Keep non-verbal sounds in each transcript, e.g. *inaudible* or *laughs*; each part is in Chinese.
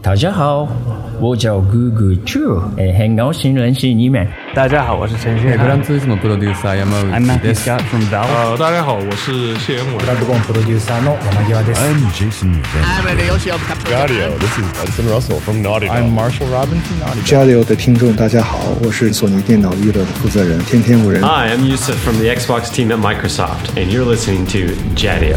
大家好，我叫 Google Chu，哎，很高兴认识你们。大家好，我是陈旭グランツーリスモプロデューサー山，I'm 内 Matthew です。 Scott from Valve。呃，大家好，我是谢元伟。 I'm Jason Van. J 流的听众，大家好，我是索尼电脑娱乐的负责人天天五人。 Hi, I'm Yusuf from the Xbox team at Microsoft, and you're listening to Jadio.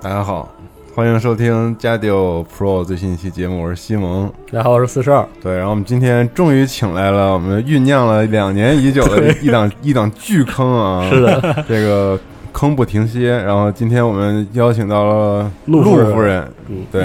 大家好，欢迎收听加丢 Pro 最新一期节目，我是西蒙。大家好，我是四十二。对，然后我们今天终于请来了我们酝酿了两年已 *laughs* 久的一档一档巨坑啊！是的，这个坑不停歇。然后今天我们邀请到了陆夫人嗯夫人，对、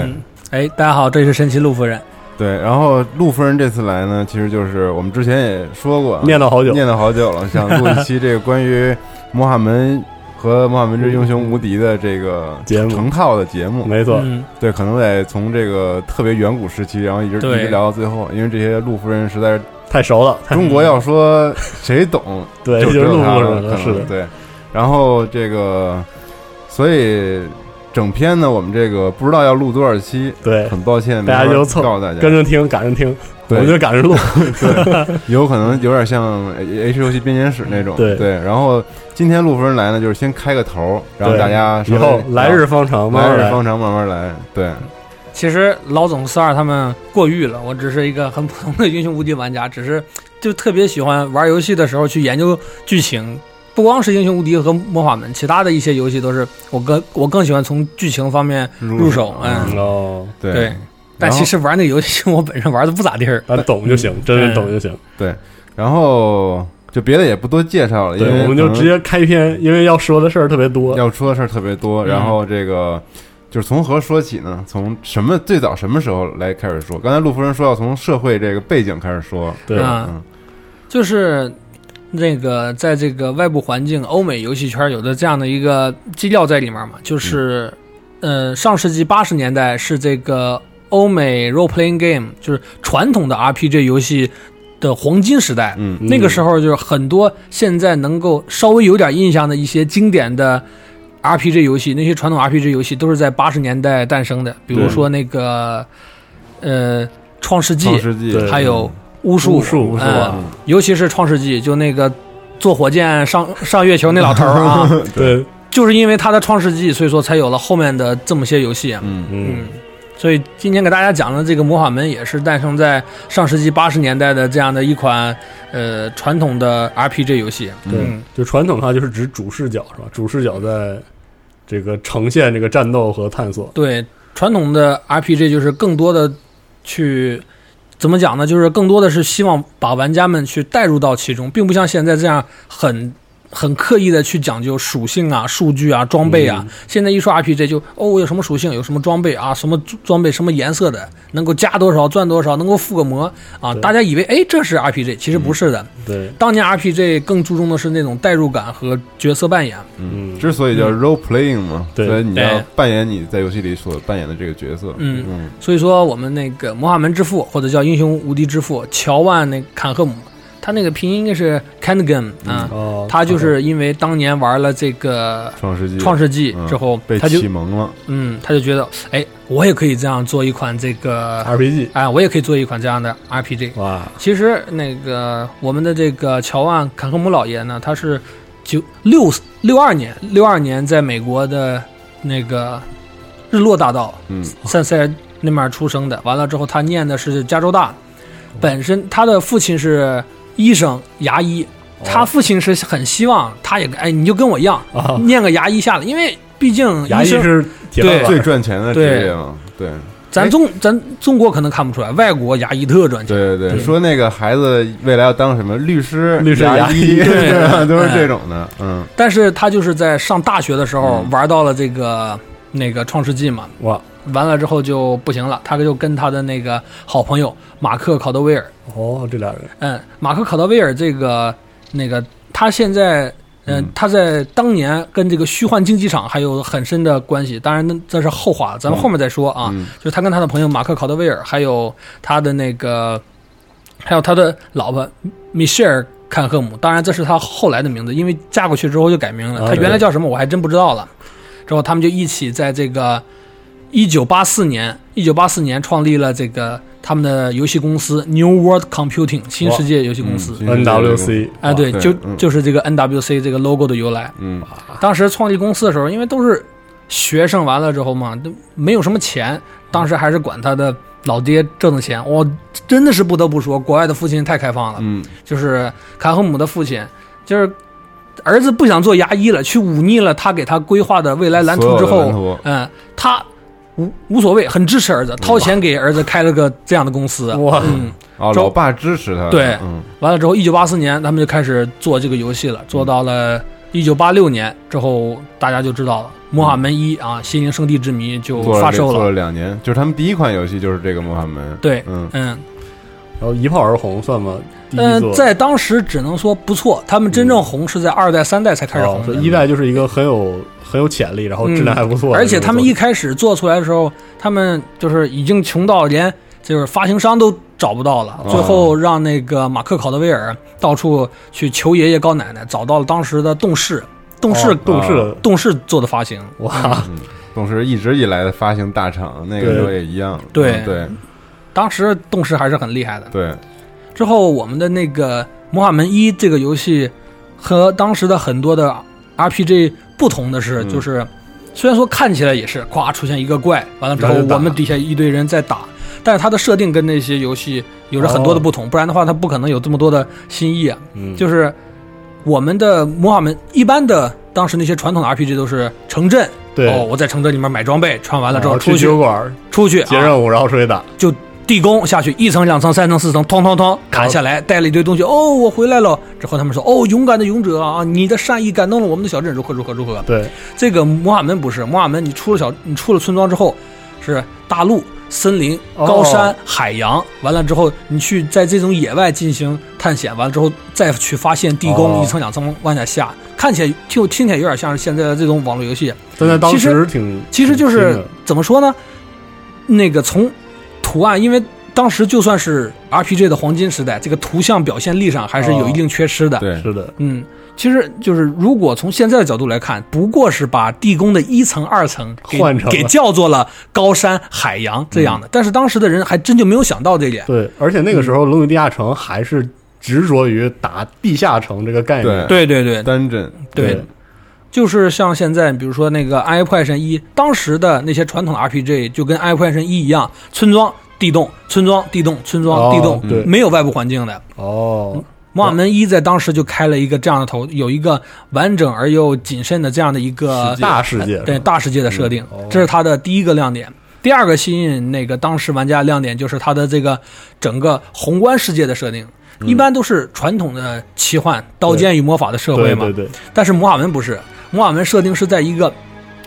哎，大家好，这里是神奇陆夫人。对。然后陆夫人这次来呢，其实就是我们之前也说过啊，念叨好久念叨好久 *laughs* 了，想录一期这个关于穆罕门和穆罕门之英雄无敌的这个节目成套的节目，没错，对，可能得从这个特别远古时期，然后一直一对直聊到最后，因为这些陆夫人实在是太熟了。中国要说谁懂， *laughs* 对就只有他了，可能是的，对。然后这个，所以整篇呢，我们这个不知道要录多少期，对，很抱歉，没大家法就凑告诉大家，跟着听，赶着听，我对们就赶着录。对，有可能有点像 H 游戏编年史那种，对然后今天陆夫人来呢，就是先开个头，然后对大家以后来日方长，慢来慢日方长，慢慢来，对。其实老总四二他们过誉了，我只是一个很普通的英雄无敌玩家，只是就特别喜欢玩游戏的时候去研究剧情。不光是英雄无敌和魔法门，其他的一些游戏都是我更我更喜欢从剧情方面入手。嗯，哦，对对。但其实玩那个游戏，我本身玩的不咋地儿。咱懂就行，真是懂就行。然后就别的也不多介绍了，因对，为我们就直接开篇，因为要说的事儿特别多。嗯要说的事儿特别多。然后这个就是从何说起呢？从什么最早什么时候来开始说？刚才陆夫人说要从社会这个背景开始说，对，啊嗯，就是那个在这个外部环境，欧美游戏圈有的这样的一个基调在里面嘛，就是，嗯呃，上世纪八十年代是这个欧美 role playing game，就是传统的 RPG 游戏的黄金时代。嗯那个时候就是很多现在能够稍微有点印象的一些经典的 RPG 游戏，那些传统 RPG 游戏都是在八十年代诞生的，比如对说那个，呃，《创世纪创》，世纪对还有。巫术，巫术巫术嗯啊尤其是《创世纪》，就那个坐火箭上上月球那老头儿 *laughs* 啊，对，就是因为他的《创世纪》，所以说才有了后面的这么些游戏。啊嗯嗯，所以今天给大家讲的这个《魔法门》也是诞生在上世纪八十年代的这样的一款呃传统的 RPG 游戏。对，就传统它就是指主视角是吧？主视角在这个呈现这个战斗和探索。对，传统的 RPG 就是更多的去怎么讲呢？就是更多的是希望把玩家们去带入到其中，并不像现在这样很很刻意的去讲究属性啊、数据啊、装备啊。现在一说 RPG 就哦，我有什么属性，有什么装备啊，什么装备什么颜色的，能够加多少赚多少，能够附个魔啊。对嗯大家以为哎这是 RPG，其实不是的。对，当年 RPG 更注重的是那种代入感和角色扮演。嗯，之所以叫 role playing 嘛，对所以你要对扮演你在游戏里所扮演的这个角色。哎嗯嗯，所以说，我们那个魔法门之父，或者叫英雄无敌之父乔万那坎赫姆，他那个拼音应该是 Kanigan 啊，哦，他就是因为当年玩了这个创世纪， 《创世纪嗯》之后，被他就启蒙了。嗯，他就觉得，哎，我也可以这样做一款这个， RPG，哎，我也可以做一款这样的 RPG。哇，其实那个我们的这个乔万坎赫姆老爷呢，他是九六六二年六二年在美国的那个日落大道嗯塞塞尔那面出生的，完了之后他念的是加州大，本身他的父亲是医生牙医，哦他父亲是很希望他也哎你就跟我一样啊念个牙医下来，因为毕竟牙医生是铁饭碗最赚钱的职业嘛，对。咱中咱中国可能看不出来，外国牙医特赚钱。对对对，说那个孩子未来要当什么律师、律师牙牙医，医 *laughs* 对对哎都是这种的。嗯，但是他就是在上大学的时候嗯玩到了这个那个创世纪嘛，哇，完了之后就不行了，他就跟他的那个好朋友马克考德威尔，哦，这俩人嗯，马克考德威尔这个那个他现在。嗯嗯，他在当年跟这个虚幻竞技场还有很深的关系，当然那这是后话，咱们后面再说啊。嗯就是他跟他的朋友马克考德威尔，还有他的那个，还有他的老婆米歇尔坎赫姆，当然这是他后来的名字，因为嫁过去之后就改名了。啊他原来对叫什么我还真不知道了。之后他们就一起在这个一九八四年，一九八四年创立了这个他们的游戏公司 New World Computing 新世界游戏公司。嗯 NWC 啊，对，对就嗯就是这个 NWC 这个 logo 的由来。嗯，当时创立公司的时候，因为都是学生，完了之后嘛，都没有什么钱，当时还是管他的老爹挣的钱。我真的是不得不说，国外的父亲太开放了。嗯，就是坎赫姆的父亲，就是儿子不想做牙医了，去忤逆了他给他规划的未来蓝图之所有的蓝后图，嗯，他无无所谓，很支持儿子，掏钱给儿子开了个这样的公司。哇，嗯，哦，周老爸支持他，对嗯，完了之后，一九八四年他们就开始做这个游戏了，做到了一九八六年之后，大家就知道了，《穆罕门一》啊，《心灵圣地之谜》就嗯做发了售做了了。两年，就是他们第一款游戏就是这个穆罕门，对，嗯，嗯然后一炮而红，算吗？第一嗯，座在当时只能说不错，他们嗯真正红是在二嗯代、三代才开始哦红，所的以一代就是一个很有很有潜力，然后质量还不错的那种作品，嗯而且他们一开始做出来的时候，他们就是已经穷到连就是发行商都找不到了，哦最后让那个马克考德威尔到处去求爷爷告奶奶，找到了当时的动视，动视、哦动视的动视做的发行。哇，动视一直以来的发行大厂，那个对时候也一样，对嗯对当时动视还是很厉害的。对，之后我们的那个《魔法门一》这个游戏和当时的很多的 RPG 不同的是，嗯就是虽然说看起来也是咵出现一个怪，完了之后然后就打我们底下一堆人在打，但是它的设定跟那些游戏有着很多的不同，不然的话它不可能有这么多的新意啊。哦嗯就是我们的魔法门一般的当时那些传统的 RPG 都是城镇，对哦，我在城镇里面买装备，穿完了之后然后出去去酒馆出去接啊任务，然后出去打，就地宫下去，一层、两层、三层、四层，通通通砍下来，带了一堆东西。哦，我回来了。之后他们说，哦，勇敢的勇者啊，你的善意感动了我们的小镇，如何如何如何。对，这个摩尔门不是摩尔门，你出了小，你出了村庄之后，是大陆、森林、哦高山、海洋。完了之后，你去在这种野外进行探险，完了之后再去发现地宫，哦一层两层往下下，看起来就听起来有点像是现在的这种网络游戏。但在当其实时挺，其实就挺新是的怎么说呢？那个从图案，因为当时就算是 RPG 的黄金时代，这个图像表现力上还是有一定缺失的。对是的，嗯，其实就是如果从现在的角度来看，不过是把地宫的一层、二层给换成了嗯给叫做了高山、海洋这样的，但是当时的人还真就没有想到这一点。对，而且那个时候《龙与地下城》还是执着于打地下城这个概念，哎对对对，单阵，对就是像现在，比如说那个《暗夜破坏神一》，当时的那些传统的 RPG 就跟《暗夜破坏神一》一样，村庄地洞、村庄地洞、村庄地洞哦，对没有外部环境的。哦，魔法门一在当时就开了一个这样的头，有一个完整而又谨慎的这样的一个大世界，嗯哦对大世界的设定，这是它的第一个亮点。第二个吸引那个当时玩家亮点就是它的这个整个宏观世界的设定，嗯一般都是传统的奇幻、刀剑与魔法的社会对嘛，对对，但是魔法门不是，魔法门设定是在一个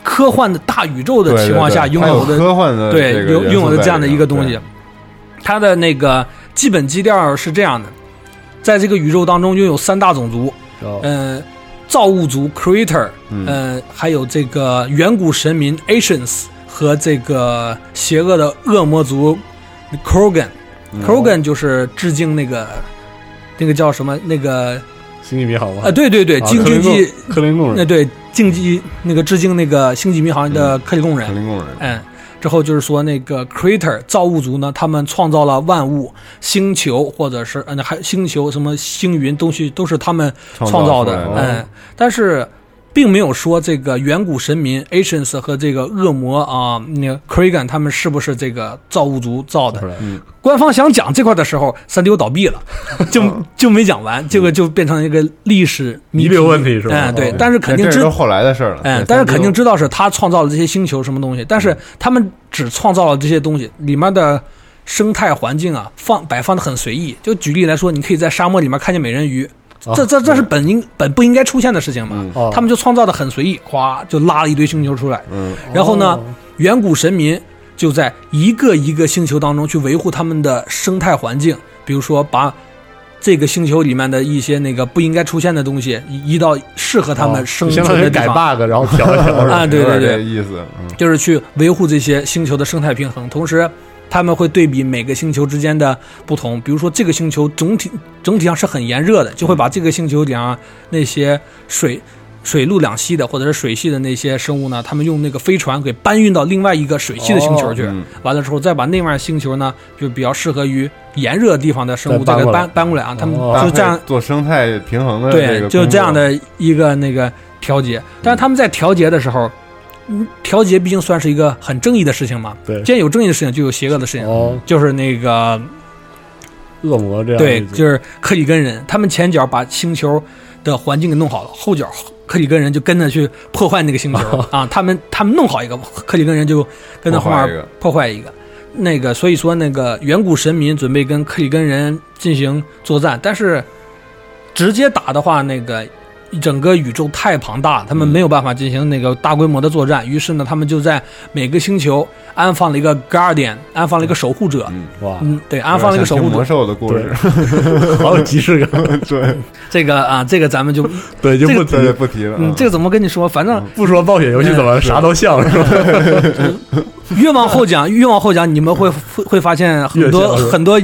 科幻的大宇宙的情况下对对拥对有它的科幻的对这个拥元素拥有的在这样的里一个东面西，。它的那个基本基调是这样的，在这个宇宙当中拥有三大种族，然后嗯、造物族 Creator，嗯呃，还有这个远古神民 Ancients 和这个邪恶的恶魔族 Krogan。Krogan 嗯就是致敬那个那个叫什么那个星际迷航嘛，啊，对对对，啊京剧克林剧贡克林贡那人，对竞技那个致敬那个星际迷航的克里贡肯人，定工人，嗯，之后就是说那个 creator 造物族呢，他们创造了万物、星球或者是呃嗯还星球什么星云东西都是他们创造造的呃出来，的嗯，但是。并没有说这个远古神民 Ancients 和这个恶魔啊，那个 Kragan 他们是不是这个造物族造的？嗯官方想讲这块的时候，三 D 又倒闭了，就就没讲完，这个就变成一个历史遗留问题是吧？哎，对，但是肯定这知是后来的事儿了。哎对，但是肯定知道是他创造了这些星球什么东西，但是嗯他们只创造了这些东西里面的生态环境啊，放摆放的很随意。就举例来说，你可以在沙漠里面看见美人鱼，这这这是嗯本应本不应该出现的事情嘛？哦他们就创造的很随意，哗就拉了一堆星球出来，嗯然后呢哦，远古神民就在一个一个星球当中去维护他们的生态环境，比如说把这个星球里面的一些那个不应该出现的东西移移到适合他们生哦相存当于的地改方。 bug，然后调一调是吧啊，对对有点这，对意思。嗯就是去维护这些星球的生态平衡，同时他们会对比每个星球之间的不同，比如说这个星球整体整体上是很炎热的，就会把这个星球里啊那些水。水陆两栖的，或者是水系的那些生物呢，他们用那个飞船给搬运到另外一个水系的星球去，哦嗯完了之后再把那外星球呢，就比较适合于炎热地方的生物再搬再给过来搬搬过来啊，他们哦就这样做生态平衡的呃这对，个就工这作样的一个那个调节。但是他们在调节的时候，嗯，调节毕竟算是一个很正义的事情嘛。对既然有正义的事情，就有邪恶的事情，哦，就是那个恶魔这样对，一种就是克里根人，他们前脚把星球的环境给弄好了，后脚克里根人就跟着去破坏那个星球、 *laughs* 啊。他们他们弄好一个，克里根人就跟着后破坏面一个破坏一个。那个，所以说那个远古神民准备跟克里根人进行作战，但是直接打的话，那个整个宇宙太庞大，他嗯们没有办法进行那个大规模的作战。于是呢，他们就在每个星球安放了一个 guardian，安放了一个守护者。哇，嗯，对，安放了一个守有护点像听魔兽者。的故事，好有即视感， *laughs* *laughs* 对这个啊，这个咱们就 *laughs* 对，就不提对对，不提了。嗯，这个怎么跟你说？反正不说暴雪游戏怎么啥都像是吧？越往后讲，越往后讲，你们会会会发现很越多想是吧很多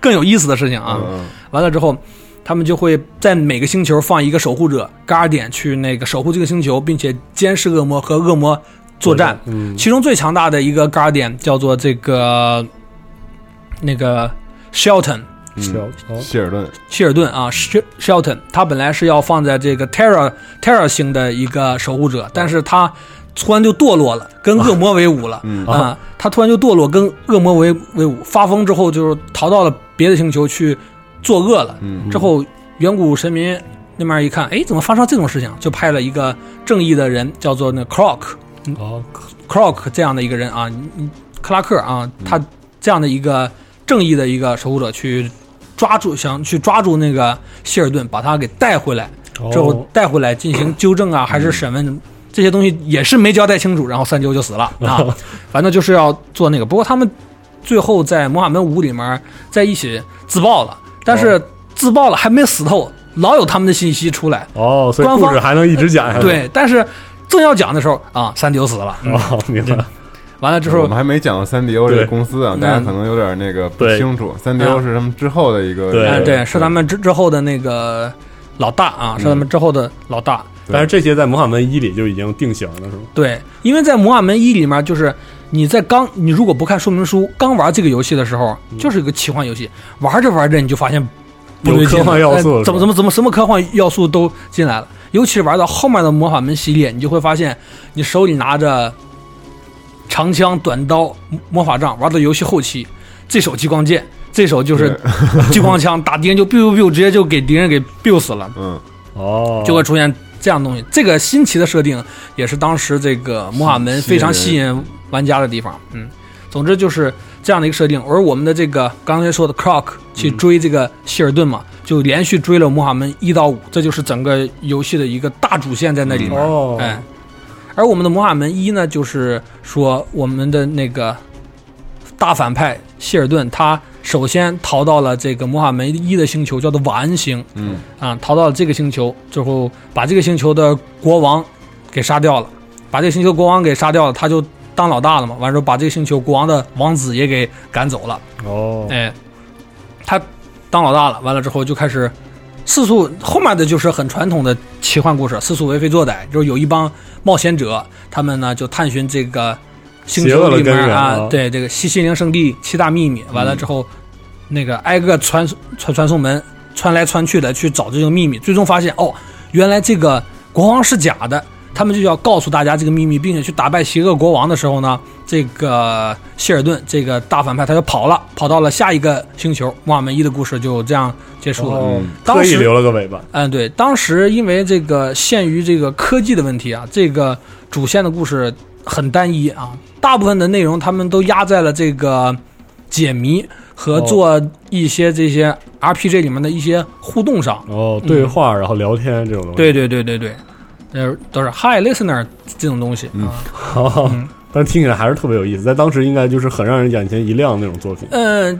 更有意思的事情啊。嗯完了之后，他们就会在每个星球放一个守护者 Guardian 去那个守护这个星球，并且监视恶魔和恶魔作战。嗯，其中最强大的一个 Guardian 叫做这个那个 Shelton *laughs* 是嗯，哦希尔顿希尔顿啊，Sh-，Shelton，他本来是要放在这个 Terra Terra 星的一个守护者，但是他突然就堕落了，跟恶魔为伍了。 *laughs* 嗯啊，他突然就堕落，跟恶魔为为伍，发疯之后就是逃到了别的星球去作恶了。嗯之后远古神民那边一看，哎，怎么发生这种事情？就派了一个正义的人，叫做那 Croc，哦， Croc 这样的一个人啊，你你克拉克啊，嗯他这样的一个正义的一个守护者去抓住，想去抓住那个希尔顿，把他给带回来，哦之后带回来进行纠嗯正啊，还是审问这些东西也是没交代清楚，然后三九就 *laughs* 死了啊，反正就是要做那个。不过他们最后在魔法门五里面在一起自爆了，但是哦自爆了还没死透，老有他们的信息出来。哦，所以官故方事还能一直讲下去。对，但是正要讲的时候啊，三九死了，嗯哦，明白。完了之我后们。还没讲到三 D O 这对个公司啊，大家嗯可能有点那个不对清楚。三 D O 是他们之后的一个，对哎，对，是他们们之之后的那个老大啊，是他们之后的老大。对但是这些在《魔法门一》里就已经定型了，是吗？对，因为在《魔法门一》里面，就是你在刚你如果不看说明书，刚玩这个游戏的时候，就是一个奇幻游戏，玩着玩着你就发现不有对劲科幻了要哎素了怎么是怎么怎么什么科幻要素都进来了。尤其是玩到后面的魔法门系列，你就会发现，你手里拿着长枪、短刀、魔法杖，玩到游戏后期，这手激光剑，这手 *laughs* 就是激光枪，打敌人就 biu biu biu，直接就给敌人给 biu 死了。嗯哦，就会出现这样的东西。这个新奇的设定也是当时这个魔法门非常吸引玩家的地方。嗯，总之就是这样的一个设定。而我们的这个刚才说的 Croc 去追这个希尔顿嘛，就连续追了魔法门一到五，这就是整个游戏的一个大主线在那里面。哦，哎，而我们的魔法门一呢，就是说我们的那个大反派希尔顿，他首先逃到了这个魔法门一的星球，叫做瓦恩星。嗯啊，逃到了这个星球，最后把这个星球的国王给杀掉了，把这个星球国王给杀掉了，他就当老大了嘛。完之后，把这个星球国王的王子也给赶走了。哦，哎，他当老大了，完了之后就开始四处后面的就是很传统的奇幻故事，四处为非作歹，就是有一帮冒险者，他们呢就探寻这个星邪恶球的里面根源啊啊，嗯对这个西西灵圣地七大秘密，完了之后，那个挨个传传传送门穿来穿去的去找这个秘密，最终发现哦，原来这个国王是假的，他们就要告诉大家这个秘密，并且去打败邪恶国王的时候呢，这个谢尔顿这个大反派他就跑了，跑到了下一个星球。穆罕默伊的故事就这样结束了。哦当特意时留了个尾巴。嗯，对，当时因为这个限于这个科技的问题啊，这个主线的故事很单一啊，大部分的内容他们都压在了这个解谜和做一些这些 RPG 里面的一些互动上。哦，对话，然后聊天这种东西。嗯对对对对对，呃，都是 Hi listener 这种东西啊。好， *laughs* 但是听起来还是特别有意思，在当时应该就是很让人眼前一亮那种作品。嗯，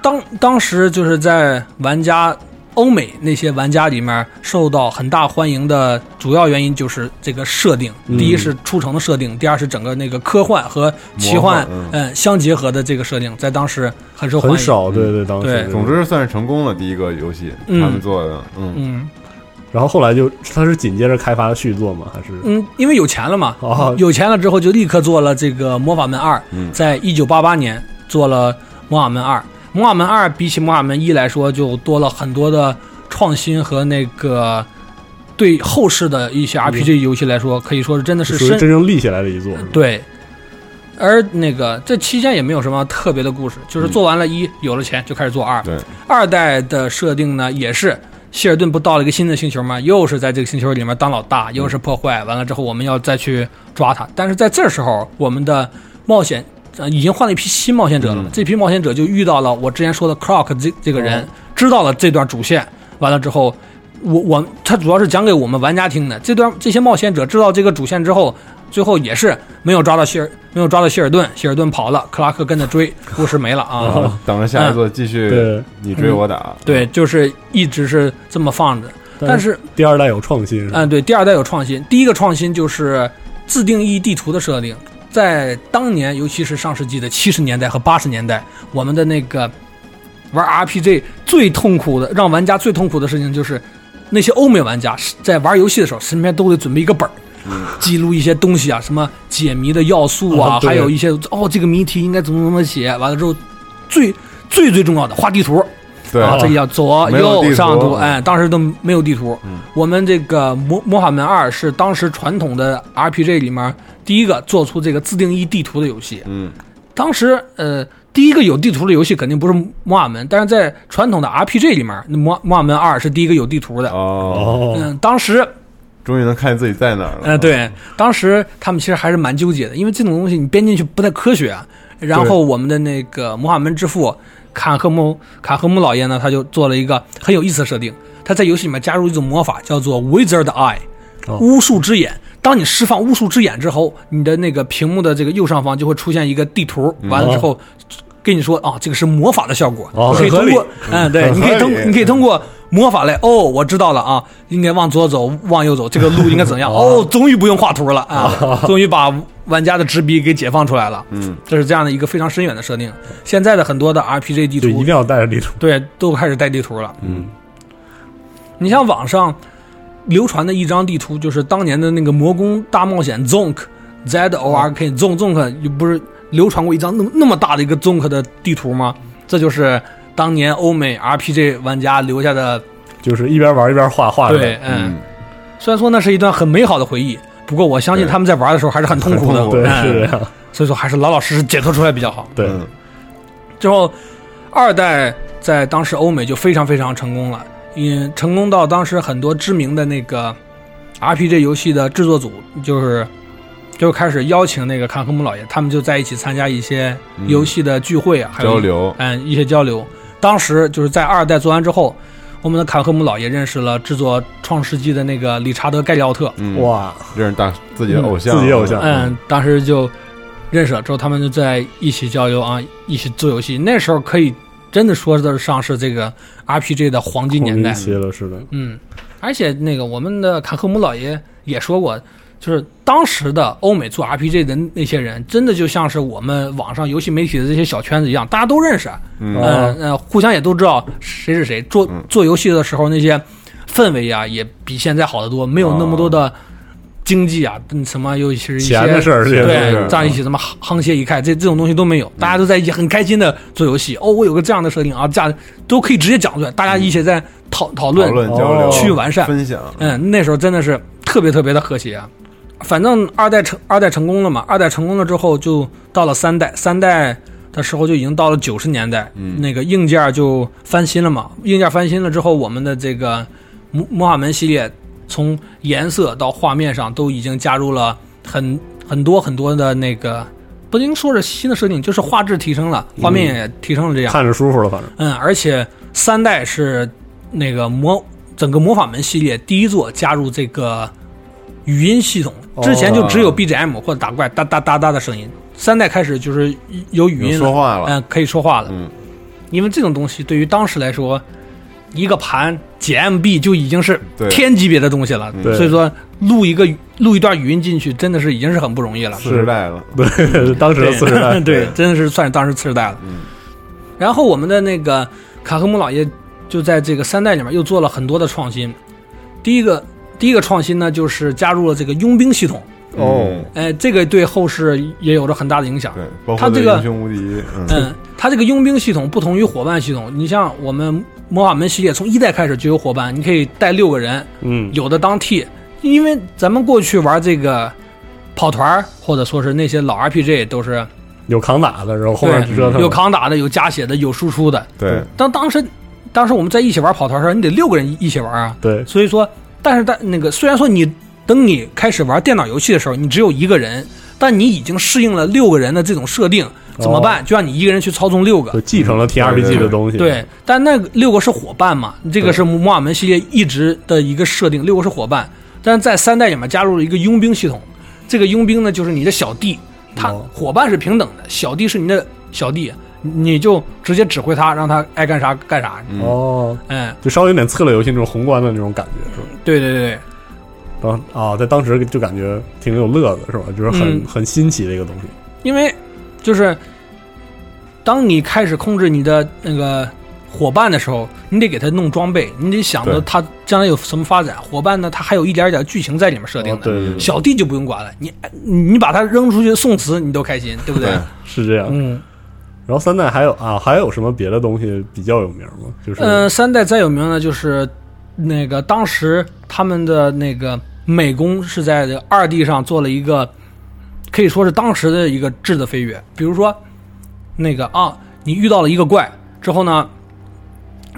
当当时就是在玩家欧美那些玩家里面受到很大欢迎的主要原因就是这个设定，嗯第一是出城的设定，第二是整个那个科幻和奇幻魔幻嗯相结合的这个设定，在当时很受欢迎。很少，对对，当时对对。总之算是成功了第一个游戏，嗯他们做的，嗯，嗯然后后来就他是紧接着开发的续作吗？还是嗯，因为有钱了嘛，哦有钱了之后就立刻做了这个《魔法门二》嗯在一九八八年做了《魔法门二》。《魔法门二》比起《魔法门一》来说，就多了很多的创新和那个对后世的一些 RPG 游戏来说，可以说是真的是属于深嗯真正立起来的一作？是吧，对。而那个这期间也没有什么特别的故事，嗯就是做完了一、有了钱就开始做二。对，二代的设定呢也是。希尔顿不到了一个新的星球吗？又是在这个星球里面当老大，又是破坏。完了之后，我们要再去抓他。但是在这时候，我们的冒险、呃、已经换了一批新冒险者了。这批冒险者就遇到了我之前说的 Croc 这这个人，知道了这段主线。完了之后，我我他主要是讲给我们玩家听的。这段这些冒险者知道这个主线之后，最后也是没有抓到希尔，没有抓到希尔顿，希尔顿跑了，克拉克跟着追，故事没了啊。然后等着下一座继续对你追我打，对，就是一直是这么放着。嗯但但是，第二代有创新，是吧嗯，对，第二代有创新。第一个创新就是自定义地图的设定，在当年，尤其是上世纪的七十年代和八十年代，我们的那个玩 RPG 最痛苦的，让玩家最痛苦的事情就是，那些欧美玩家是在玩游戏的时候，身边都得准备一个本儿。记录一些东西啊，什么解谜的要素啊，啊对还有一些嗯哦，这个谜题应该怎么怎么写。完了之后，最最最重要的画地图，对哦啊，这个叫左没有地右图上图，嗯哎，当时都没有地图。我们这个《魔魔法门二》是当时传统的 RPG 里面第一个做出这个自定义地图的游戏。嗯，当时呃，第一个有地图的游戏肯定不是《魔法门》，但是在传统的 RPG 里面，《魔魔法门二》是第一个有地图的。哦，哦，嗯，当时，终于能看见自己在哪儿了，呃，，对，嗯当时他们其实还是蛮纠结的，因为这种东西你编进去不太科学啊。然后我们的那个《魔法门之父》卡赫姆卡赫姆老爷呢，他就做了一个很有意思的设定，他在游戏里面加入一种魔法，叫做 Wizard Eye，、巫哦术之眼。当你释放巫术之眼之后，你的那个屏幕的这个右上方就会出现一个地图，完了之后。跟你说啊，这个是魔法的效果，哦你可很以合通理过，嗯，对，你可以通，你可以通过魔法来，哦，我知道了啊，应该往左走，往右走，这个路应该怎样？ *laughs* 哦，终于不用画图了啊， *laughs* 终于把玩家的纸笔给解放出来了。嗯，这是这样的一个非常深远的设定。现在的很多的 RPG 地就一图定，要带着地图。对，都开始带地图了。嗯，你像网上流传的一张地图，就是当年的那个《魔宫大冒险 Zonk》Z O R 嗯 K Zonk Zonk，不是流传过一张那么那么大的一个 Zonk 的地图吗？这就是当年欧美 RPG 玩家留下的。就是一边玩一边画画的。对，嗯嗯，虽然说那是一段很美好的回忆，不过我相信对他们在玩的时候还是很痛苦的。很痛苦 *laughs* 对，嗯是这样。所以说还是老老实实解脱出来比较好。对，嗯之后，二代在当时欧美就非常非常成功了，嗯，成功到当时很多知名的那个 RPG 游戏的制作组就是就开始邀请那个坎赫姆老爷，他们就在一起参加一些游戏的聚会啊，还有交流，嗯，一些交流。当时就是在二代做完之后，我们的坎赫姆老爷认识了制作《创世纪》的那个理查德·盖利奥特，嗯，哇，认识大自己的偶嗯像，自己偶像嗯，当时就认识了之后，他们就在一起交流啊，一起做游戏。那时候可以真的说得上是这个 RPG 的黄金年红代一。期了，是的，嗯，而且那个我们的坎赫姆老爷也说过，就是当时的欧美做 RPG 的那些人，真的就像是我们网上游戏媒体的这些小圈子一样，大家都认识，嗯哦呃，互相也都知道谁是谁。做嗯做游戏的时候那些氛围啊，也比现在好得多，没有那么多的经济啊，嗯什么尤其是一些啊钱的事儿，嗯这对些是，站一起什么沆瀣一块，这这种东西都没有，大家都在一起很开心的做游戏。哦，我有个这样的设定啊，这样都可以直接讲出来，大家一起在讨讨讨嗯论、论交流，去完善。哦分享，嗯，那时候真的是特别特别的和谐、啊。反正二代成二代成功了嘛，二代成功了之后就到了三代，三代的时候就已经到了九十年代，嗯那个硬件就翻新了嘛。硬件翻新了之后，我们的这个穆穆罕门系列从颜色到画面上都已经加入了很很多很多的那个，不应说是新的设定，就是画质提升了，画面也提升了，这样。看着舒服了，反正嗯，而且三代是那个魔整个魔法门系列第一座加入这个语音系统，哦之前就只有 BGM 或者打怪哒哒哒哒的声音，三代开始就是有语音有说话了嗯，可以说话了。嗯，因为这种东西对于当时来说，一个盘几 MB 就已经是对嗯天级别的东西了，对所以说录一个录一段语音进去，真的是已经是很不容易了。次时代了，对 *laughs* 当时的四十 *laughs* 代，对，真的是算是当时次世代了。嗯然后我们的那个卡赫姆老爷就在这个三代里面又做了很多的创新。第一个第一个创新呢，就是加入了这个佣兵系统，哦，哎，这个对后世也有着很大的影响。嗯对，包他括这对个英雄无敌，嗯，嗯，它这个佣兵系统不同于伙伴系统，你像我们魔法门系列从一代开始就有伙伴，你可以带六个人，嗯，有的当 T，因为咱们过去玩这个跑团儿或者说是那些老 RPG 都是有扛打的，然后后面对折腾有扛打的，有加血的，有输出的。对，当当时，当时我们在一起玩跑团的时候，你得六个人一起玩啊。对，所以说，但是但那个虽然说你等你开始玩电脑游戏的时候，你只有一个人，但你已经适应了六个人的这种设定，怎哦么办？就让你一个人去操纵六就个。继嗯承了 T R P G 的东西，对，但那个六个是伙伴嘛，这个对是摩尔门系列一直的一个设定，六个是伙伴。但是在三代里面加入了一个佣兵系统，这个佣兵呢就是你的小弟，他哦伙伴是平等的，小弟是你的小弟，你就直接指挥他，让他爱干啥干啥。哦，嗯，就稍微有点策略游戏那种宏观的那种感觉，是吧？对对对，当啊，在当时就感觉挺有乐子，是吧？就是很、嗯很新奇的一个东西，因为就是当你开始控制你的那个伙伴的时候，你得给他弄装备，你得想着对他将来有什么发展。伙伴呢，他还有一点点剧情在里面设定哦的。对对对，小弟就不用管了，你你你把他扔出去送死，你都开心，对不对？对 *laughs* 是这样。嗯然后三代还有啊，还有什么别的东西比较有名吗？就是、呃，三代再有名呢，就是那个当时他们的那个美工是在这个二 D 上做了一个，可以说是当时的一个质的飞跃。比如说，那个啊，你遇到了一个怪之后呢，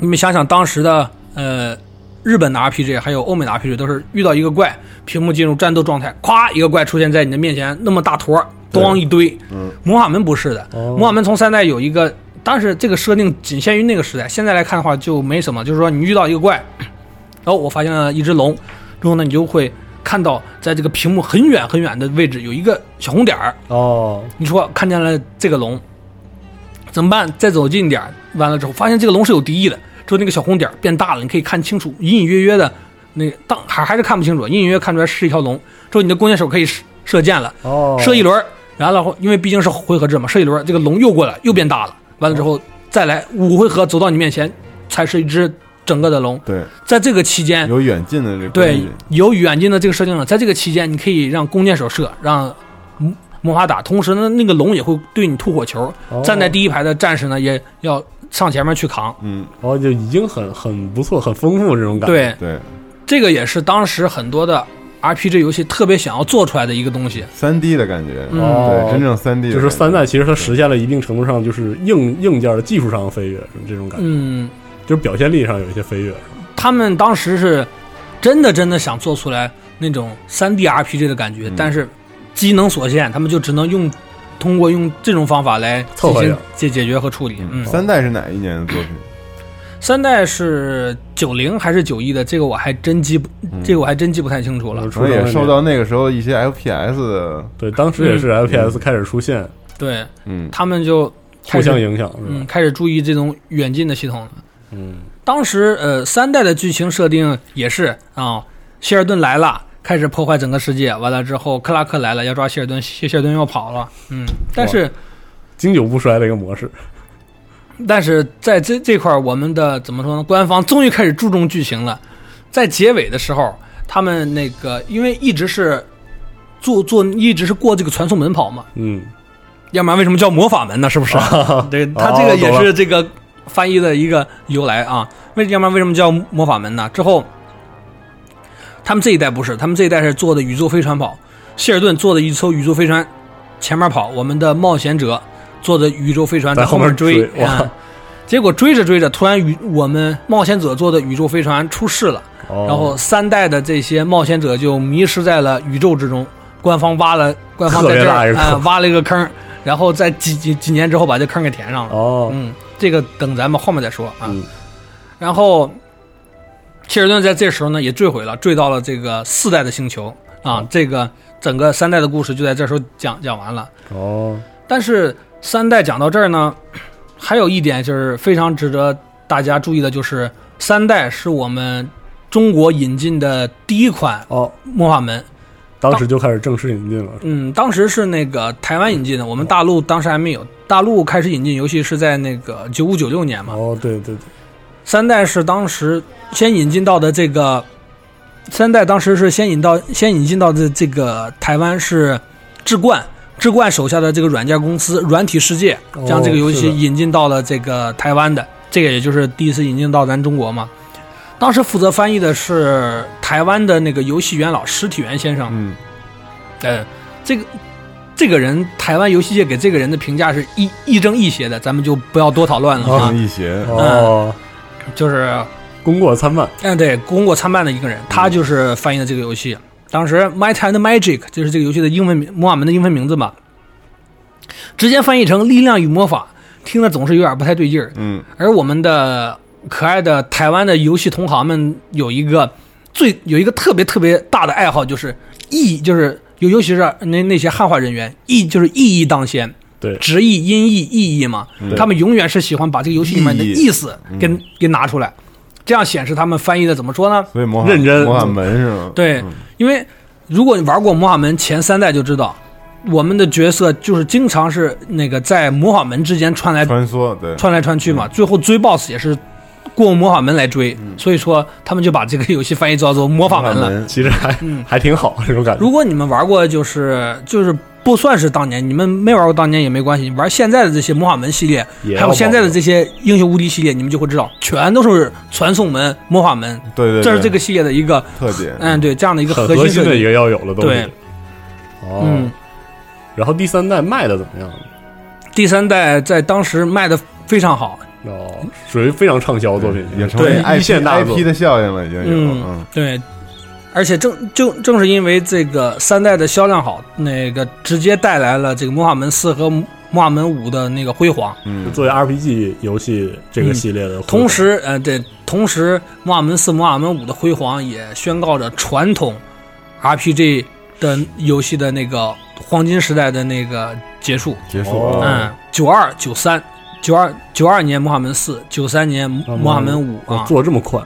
你们想想当时的呃日本的 RPG 还有欧美的 RPG 都是遇到一个怪，屏幕进入战斗状态，咵一个怪出现在你的面前，那么大坨儿，咣一堆。嗯，魔法门不是的，魔法门从三代有一个，当时这个设定仅限于那个时代，现在来看的话就没什么，就是说你遇到一个怪， *clears throat* 然后我发现了一只龙，之后呢你就会看到在这个屏幕很远很远的位置有一个小红点儿，哦，你说看见了这个龙，怎么办？再走近点儿，完了之后发现这个龙是有敌意的，之后那个小红点儿变大了，你可以看清楚，隐隐约约的，那个当还还是看不清楚，隐隐约约看出来是一条龙。之后你的弓箭手可以射射箭了，哦射一轮儿，然后因为毕竟是回合制嘛，射一轮儿，这个龙又过来又变大了，完了之后再来五回合走到你面前才是一只整个的龙。对，在这个期间，有远近的这个对，有远近的这个设定了，在这个期间，你可以让弓箭手射，让魔魔法打，同时呢，那个龙也会对你吐火球。站在第一排的战士呢，也要上前面去扛。嗯，哦，就已经很很不错，很丰富这种感觉。对，对，这个也是当时很多的 RPG 游戏特别想要做出来的一个东西。三 D 的感觉，嗯对，真正三 D 就是三代，其实它实现了一定程度上就是硬硬件的技术上的飞跃，是这种感觉，嗯，就是表现力上有一些飞跃。他们当时是真的真的想做出来那种3 D RPG 的感觉，嗯但是机能所限，他们就只能用通过用这种方法来凑合进着行解解决和处理。嗯嗯，三代是哪一年的作品？三代是九零还是九一的？这个我还真记不，这个我还真记不太清楚嗯了。可能也受到那个时候一些 FPS 的，对，当时也是嗯 FPS 开始出现，对嗯，他们就互开相始影响，是嗯吧？开始注意这种远近的系统了。嗯，当时呃三代的剧情设定也是啊、希尔顿来了，开始破坏整个世界，完了之后克拉克来了要抓希尔顿，希希尔顿要跑了。嗯，但是经久不衰的一个模式。但是在这这块儿，我们的怎么说呢？官方终于开始注重剧情了。在结尾的时候，他们那个因为一直是做做一直是过这个传送门跑嘛，嗯，要不然为什么叫魔法门呢？是不是？ *laughs* 对，哦它这个也是这个翻译的一个由来啊。为要不然为什么叫魔法门呢？之后，他们这一代不是，他们这一代是坐的宇宙飞船跑，谢尔顿坐的一艘宇宙飞船前面跑，我们的冒险者坐的宇宙飞船在后后面面追哇啊结果追着追着，突然宇我们冒险者坐的宇宙飞船出事了，哦然后三代的这些冒险者就迷失在了宇宙之中。官方挖了，官方在特别这大一儿个啊、坑挖了一个坑，然后在几几几年之后把这坑给填上了。哦，嗯，这个等咱们后面再说啊。嗯然后，切尔顿在这时候呢也坠毁了，坠到了这个四代的星球啊。这个整个三代的故事就在这时候讲讲完了。哦，但是三代讲到这儿呢，还有一点就是非常值得大家注意的，就是三代是我们中国引进的第一款哦，魔法门。当时就开始正式引进了，嗯，当时是那个台湾引进的，我们大陆当时还没有。大陆开始引进游戏是在那个九五九六年嘛，哦，对对对，三代是当时先引进到的这个，三代当时是先引到先引进到的这个台湾是智冠，智冠手下的这个软件公司软体世界哦将这个游戏是的引进到了这个台湾的，这个也就是第一次引进到咱中国嘛。当时负责翻译的是台湾的那个游戏元老施体元先生，嗯，呃，这个这个人台湾游戏界给这个人的评价是亦亦正亦邪的，咱们就不要多讨论了啊正，义邪，哦，就是功过参半，嗯，对，功过参半的一个人，他就是翻译的这个游戏。当时《Might and Magic》就是这个游戏的英文名，魔法门的英文名字嘛，直接翻译成《力量与魔法》，听着总是有点不太对劲儿。嗯，而我们的可爱的台湾的游戏同行们有一个最有一个特别特别大的爱好，就是意，就是尤尤其是那那些汉化人员，意就是意义当先，对直译、音译、意义嘛，他们永远是喜欢把这个游戏里面的意义嗯意思给给拿出来，这样显示他们翻译的怎么说呢？所以魔法嗯认真魔法门是吗？对，因为如果你玩过魔法门前三代就知道，我们的角色就是经常是那个在魔法门之间穿来穿嗯梭，对，穿来穿去嘛，最后追 BOSS 也是过魔法门来追，所以说他们就把这个游戏翻译叫做魔法嗯魔门法了。门，其实还嗯还挺好这种感觉如，果你们玩过，就是就是不算是当年，你们没玩过当年也没关系，玩现在的这些魔法门系列，也要还有现在的这些英雄无敌系列，你们就会知道，全都是传送门、魔法门，对对，这是对这个系列的一个，特点，嗯，对，这样的一个很核核心心设的计一个要有的东对西，，哦，嗯。然后第三代卖的怎么样？第三代在当时卖的非常好，哦，属于非常畅销的作品，嗯也成为对 IP 一线大作 IP 的效应了，已经哎有了，嗯嗯，对，而且正正正是因为这个三代的销量好，那个直接带来了这个《魔法门四》和《魔法门五》的那个辉煌。嗯，作为 RPG 游戏这个系列的，同时，呃，对，同时《魔法门四》《魔法门五》的辉煌也宣告着传统 RPG 的游戏的那个黄金时代的那个结束。结束哦啊，嗯，九二九三。九二九二年《魔法门四》，九三年《魔法门五》啊，做这么快，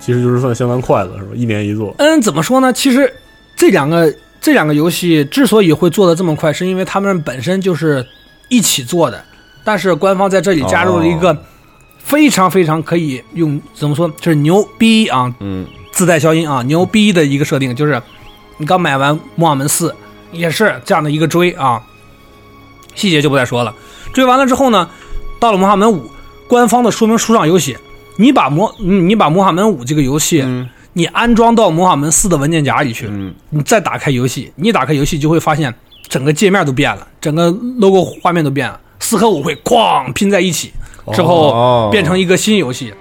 其实就是算相当快的，是吧？一年一做，嗯，怎么说呢？其实这两个这两个游戏之所以会做的这么快，是因为他们本身就是一起做的，但是官方在这里加入了一个非常非常可以用怎么说，就是牛逼啊，嗯，自带消音啊，牛逼的一个设定，就是你刚买完《魔法门四》，也是这样的一个追啊，细节就不再说了。追完了之后呢，到了《魔法门五》，官方的说明书上有写，你把魔你你把《魔法门五》这个游戏，你安装到《魔法门四》的文件夹里去，你再打开游戏，你一打开游戏就会发现整个界面都变了，整个 logo 画面都变了，四和五会哐拼在一起，之哦后变成一个新游戏。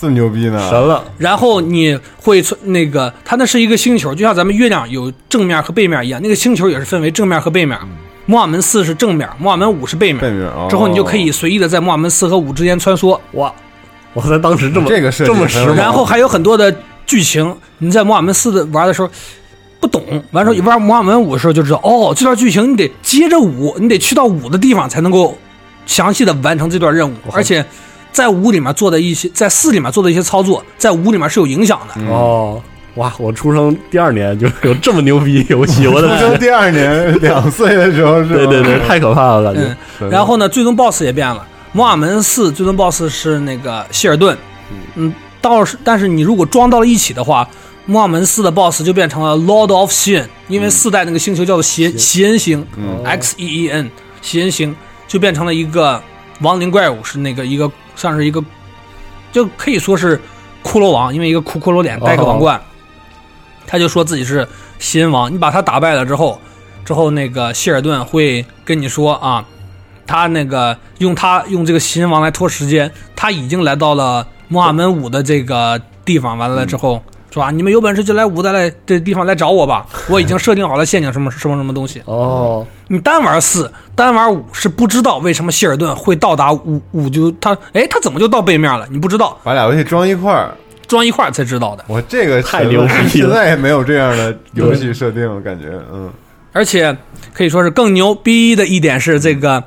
这么牛逼嗯呢，神了，然后你会从那个，它那是一个星球，就像咱们月亮有正面和背面一样，那个星球也是分为正面和背面。魔法门四是正面，魔法门五是背面。嗯背面哦之后你就可以随意的在魔法门四和五之间穿梭，哇！我在当时这么这个设计这么时很髦好，然后还有很多的剧情。你在魔法门四的玩的时候不懂，完之后玩魔法门五的时候就知道，哦，这段剧情你得接着五，你得去到五的地方才能够详细的完成这段任务，哦而且。在五里面做的一些，在四里面做的一些操作，在五里面是有影响的。哦，哇！我出生第二年就有这么牛逼游戏，我的出生天！第二年两岁的时候是吧，对对对，太可怕了，感嗯觉。，神然后呢，最终 BOSS 也变了。魔法门四最终 BOSS 是那个希尔顿，嗯，到是但是你如果装到了一起的话，魔法门四的 BOSS 就变成了 Lord of Sin，因为四代那个星球叫做邪邪恩星，X E E N 邪恩星，就变成了一个亡灵怪物，是那个一个像是一个，就可以说是骷髅王，因为一个骷骷髅脸戴个王冠。他就说自己是新王，你把他打败了之后，之后那个希尔顿会跟你说啊，他那个用他用这个新王来拖时间，他已经来到了穆罕默五的这个地方，完了之后。是吧？你们有本事就来五代来这地方来找我吧！我已经设定好了陷阱，什么什么什么东西。哦，你单玩四，单玩五是不知道为什么希尔顿会到达五五就他哎他怎么就到背面了？你不知道，把俩游戏装一块儿，装一块儿才知道的。我这个太牛逼了现在也没有这样的游戏设定，我感觉嗯，而且可以说是更牛逼的一点是，这个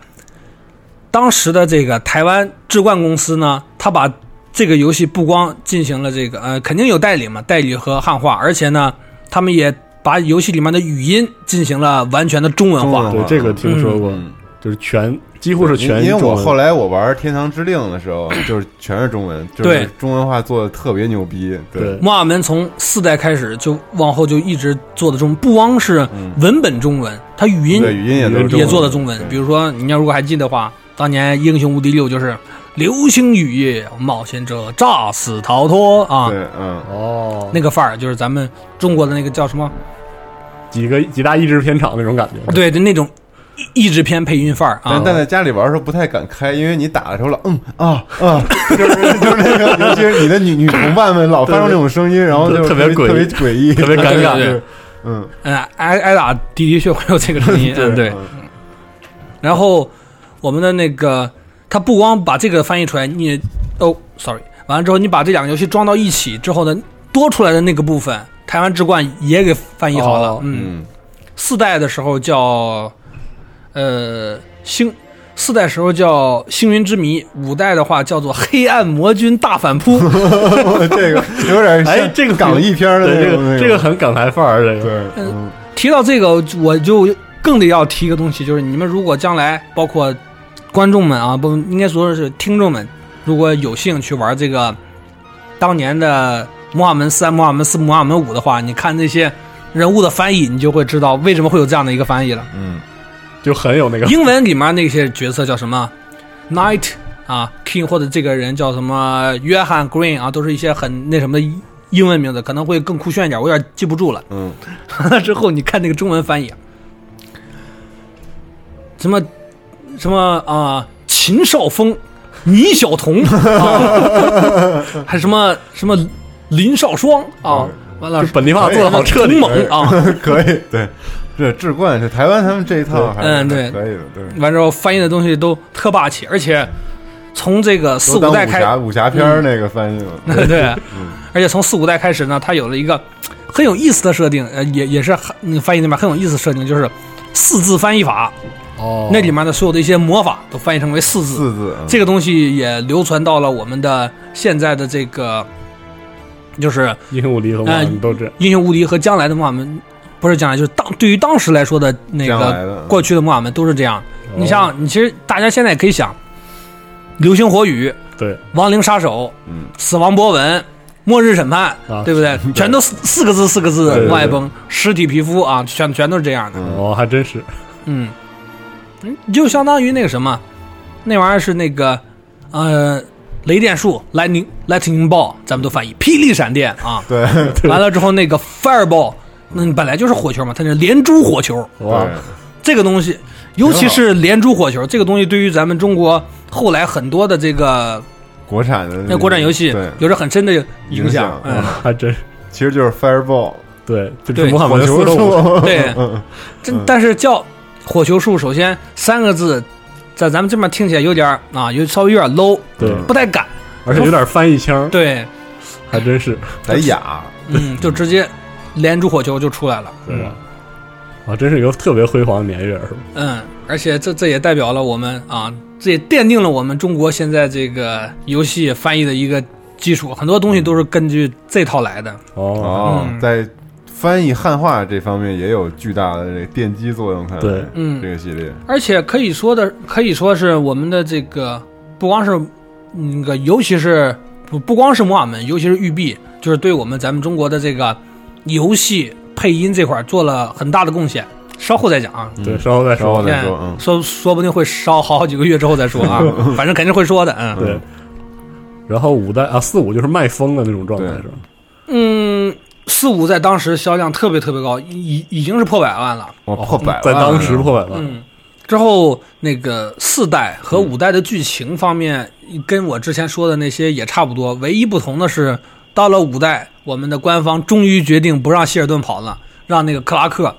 当时的这个台湾智冠公司呢，他把这个游戏不光进行了这个呃，肯定有代理嘛，代理和汉化，而且呢，他们也把游戏里面的语音进行了完全的中文化。中文对，这个听说过，嗯就是全几乎是因全因为中我文后来我玩《天堂之令》的时候，就是全是中文，就是对中文化做的特别牛逼，对摩尔门从四代开始就往后就一直做的中文，不光是文本中文，它语音嗯对，语音也都是也做的的中文。比如说，你要如果还记得话，当年《英雄无敌六》就是流星雨夜，冒险者诈死逃脱啊，对，嗯，哦，那个范儿就是咱们中国的那个叫什么？几个几大译制片厂那种感觉，对，就那种译译制片配音范儿啊但。但在家里玩的时候不太敢开，因为你打的时候老嗯啊啊，就是就是那个，尤其是你的女女同伴们老发出那种声音，然后就特别特别诡异诡异，特 *laughs* 别尴尬 *laughs* 对对对嗯，嗯，挨挨打的的确会有这个声 *laughs* 音，嗯对。然后我们的那个，他不光把这个翻译出来，你哦，sorry，完了之后你把这两个游戏装到一起之后呢，多出来的那个部分，台湾之冠也给翻译好了。哦嗯，嗯四代的时候叫呃星。四代时候叫星云之谜，五代的话叫做黑暗魔君大反扑，这个有点像哎，这个港译片的对那这种那个这个很港台范儿，这个对，嗯提到这个，我就更得要提一个东西，就是你们如果将来包括观众们啊，不应该说是听众们，如果有幸去玩这个当年的《摩尔门三》《摩尔门四》《摩尔门五》的话，你看这些人物的翻译，你就会知道为什么会有这样的一个翻译了。嗯，就很有那个英文里面那些角色叫什么？Knight 啊，King 或者这个人叫什么约翰 Green 啊，都是一些很那什么的英文名字，可能会更酷炫一点，我有点记不住了。嗯，完 *laughs* 了之后，你看那个中文翻译，什么什么啊、秦少峰、倪晓彤， *laughs* 啊、还什么什么林少双啊，完了就嗯本地化做的好彻底同，猛啊，可以，对，这志冠是台湾他们这一套还是嗯对可以的，对。完之后翻译的东西都特霸气，而且从这个四都当五代武开嗯侠武侠片儿那个翻译了，对，而且从四五代开始呢，它有了一个很有意思的设定，呃，也也是很那个翻译那边很有意思的设定，就是四字翻译法。哦那里面的所有的一些魔法都翻译成为四字，四字，嗯这个东西也流传到了我们的现在的这个，就是英雄武力和我们都这，英雄无敌和将来的我们不是将来，就是当对于当时来说的那将来个的过去的木马们都是这样。你像，你其实大家现在也可以想，《流星火雨》、对， 《亡灵杀手》、嗯死亡博文》、《末日审判》啊对不对？全都四四个字四个字对对往外崩，尸体皮肤啊，全全都是这样的。嗯。哦，还真是嗯，嗯就相当于那个什么，那玩意儿是那个呃雷电术 lightning lightning ball，咱们都翻译霹雳闪电啊对完了之后那个 fireball，那你本来就是火球嘛，它是连珠火球哇，这个东西，尤其是连珠火球这个东西，对于咱们中国后来很多的这个国产的那国产游戏嗯对，有着很深的影影响响。嗯，还真是其实就是 Fireball 对，就是对穆罕默德四球和五， *laughs* 术，对嗯这但是叫火球术，首先三个字，在咱们这边听起来有点儿啊，有稍微有点 low，对，不太敢。而且有点翻译腔，对，还真是，得雅，嗯，就直接连珠火球就出来了。对啊，啊，真是一个特别辉煌的年月，是吧嗯，而且这这也代表了我们啊，这也奠定了我们中国现在这个游戏翻译的一个基础，很多东西都是根据这套来的。哦，哦嗯，在翻译汉化这方面也有巨大的这个奠基作用，看来对嗯这个系列，而且可以说的，可以说是我们的这个不光是嗯那个，尤其是不不光是摩尔门，尤其是育碧，就是对我们咱们中国的这个游戏配音这块儿做了很大的贡献。稍后再讲啊，对，稍后再稍说后再嗯说，嗯，说说不定会烧好几个月之后再说啊，反正肯定会说的。嗯对。然后五代啊，四五就是卖疯的那种状态嗯对是吧？嗯，四五在当时销量特别特别高，已已经是破百万了。我破百万了，在当时破百万，嗯之后那个四代和五代的剧情方面，跟我之前说的那些也差不多，唯一不同的是，到了五代，我们的官方终于决定不让希尔顿跑了，让那个克拉克。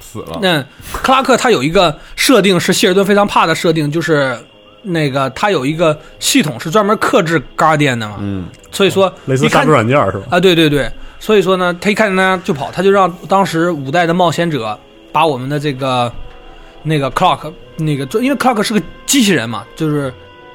死了。那克拉克他有一个设定是希尔顿非常怕的设定，就是那个他有一个系统是专门克制 Guardian 的嘛，嗯，所以说哦类似一杀看毒软件是吧？啊，对对对，所以说呢，他一看见他就跑，他就让当时五代的冒险者把我们的这个那个 Clock 那个，因为 Clock 是个机器人嘛，就是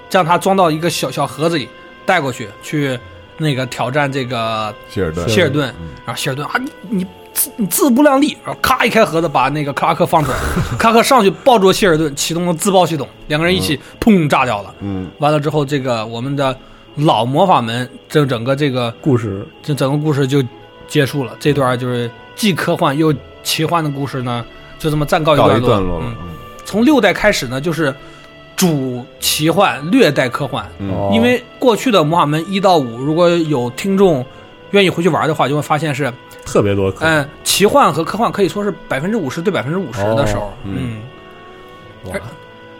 将它装到一个小小盒子里带过去，去那个挑战这个希尔顿，希尔顿，然后希尔顿啊，你你自你自不量力，然后咔一开盒子把那个克拉克放出来，克拉克上去抱住希尔顿，启动了自爆系统，两个人一起砰炸掉了。嗯，完了之后，这个我们的老魔法门这整个这个故事这整个故事就结束了。这段就是既科幻又奇幻的故事呢，就这么暂告一告段一段落落。了嗯，，从六代开始呢，就是主奇幻，略带科幻。嗯哦因为过去的魔法门一到五，如果有听众愿意回去玩的话，就会发现是，特别多可能，嗯、奇幻和科幻可以说是百分之五十对百分之五十的时候，哦嗯。哇，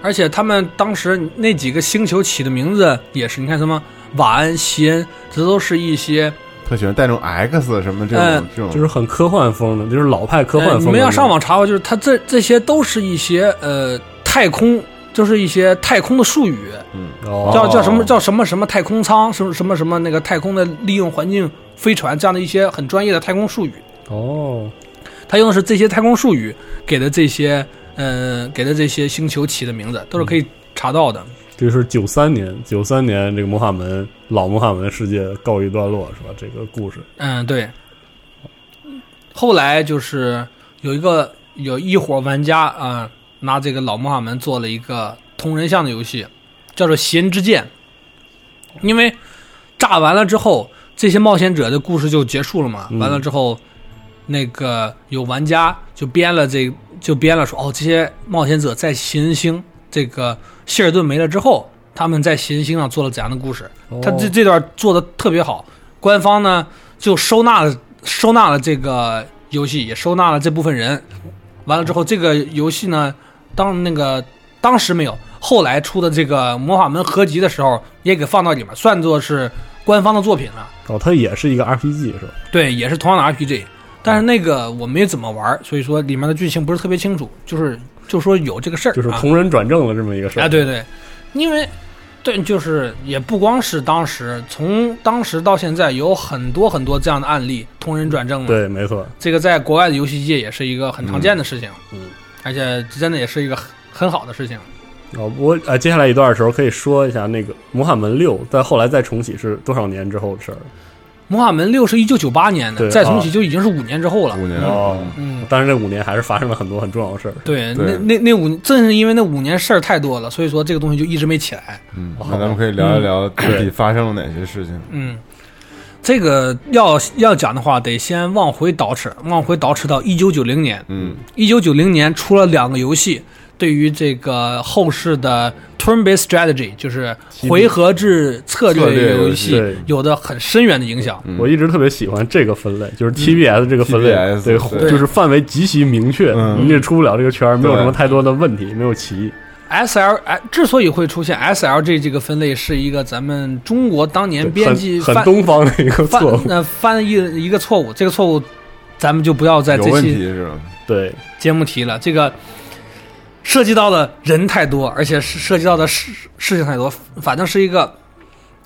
而且他们当时那几个星球起的名字也是，你看什么瓦安、西恩，这都是一些特喜欢带那种 X 什么这种嗯这种，就是很科幻风的，就是老派科幻呃风的那你种。们要上网查吧，就是它这这些都是一些呃太空，就是一些太空的术语，哦叫叫什么叫什么什么太空舱，什么什么什么那个太空的利用环境飞船这样的一些很专业的太空术语。哦，他用的是这些太空术语给的这些呃给的这些星球起的名字，都是可以查到的。这是九三年，九三年这个魔法门老魔法门世界告一段落是吧？这个故事嗯，对。后来就是有一个有一伙玩家啊、呃拿这个老魔法门做了一个同人像的游戏，叫做《邪人之剑》。因为炸完了之后，这些冒险者的故事就结束了嘛。完了之后，那个有玩家就编了这就编了说，哦，这些冒险者在邪人星这个希尔顿没了之后，他们在邪人星上做了怎样的故事？他这这段做的特别好，官方呢就收纳了收纳了这个游戏，也收纳了这部分人。完了之后，这个游戏呢，当那个当时没有，后来出的这个《魔法门》合集的时候，也给放到里面，算作是官方的作品了。哦，它也是一个 RPG 是吧？对，也是同样的 RPG，但是那个我没怎么玩，所以说里面的剧情不是特别清楚，就是就说有这个事儿，就是啊同人转正了这么一个事儿哎，对对，因为对，就是也不光是当时，从当时到现在有很多很多这样的案例，同人转正嘛。，对，没错，这个在国外的游戏界也是一个很常见的事情。嗯，而且真的也是一个很很好的事情。哦，我呃，接下来一段的时候可以说一下那个《魔法门六》，在后来再重启是多少年之后的事儿？魔法门六是一九九八年的，对再重启啊就已经是五年之后了。五年，哦嗯，但是这五年还是发生了很多很重要的事儿。对，对那那那五，正是因为那五年事儿太多了，所以说这个东西就一直没起来。嗯，那咱们可以聊一聊具体发生了哪些事情。嗯，这个要要讲的话，得先往回倒饬，往回倒饬到一九九零年。嗯，一九九零年出了两个游戏，对于这个后世的 turn-based strategy，就是回合制策策略略游游戏戏对，有的很深远的影响。嗯我一直特别喜欢这个分类，就是 TBS 这个分类， TBS 对，对就是范围极其明确，嗯你也出不了这个圈儿，没有对什么太多的问题，没有歧义。 S L 哎，之所以会出现 S L G 这个分类，是一个咱们中国当年编辑很很翻东方的一个翻错误，呃翻译的一个错误，这个错误咱们就不要在有这问期题是吧？对，节目提了，这个涉及到的人太多，而且是涉及到的事事情太多，反正是一个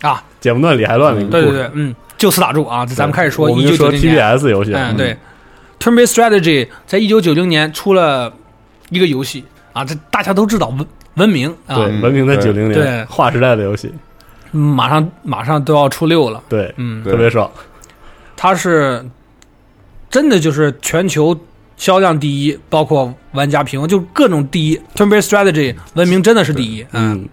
啊，剪不断理还乱的一个故对事。对对，嗯，就此打住啊，这咱们开始说我们一就九九说零年， TBS 游戏，嗯，对，turn-based strategy 在一九九零年出了一个游戏啊，这大家都知道文文明啊，对，文明在对九零对年划时代的游戏，马上马上都要出六了，对，嗯，对特别爽。它是真的就是全球销量第一，包括玩家评论就各种第一，turn-based strategy 文明真的是第一，嗯。嗯，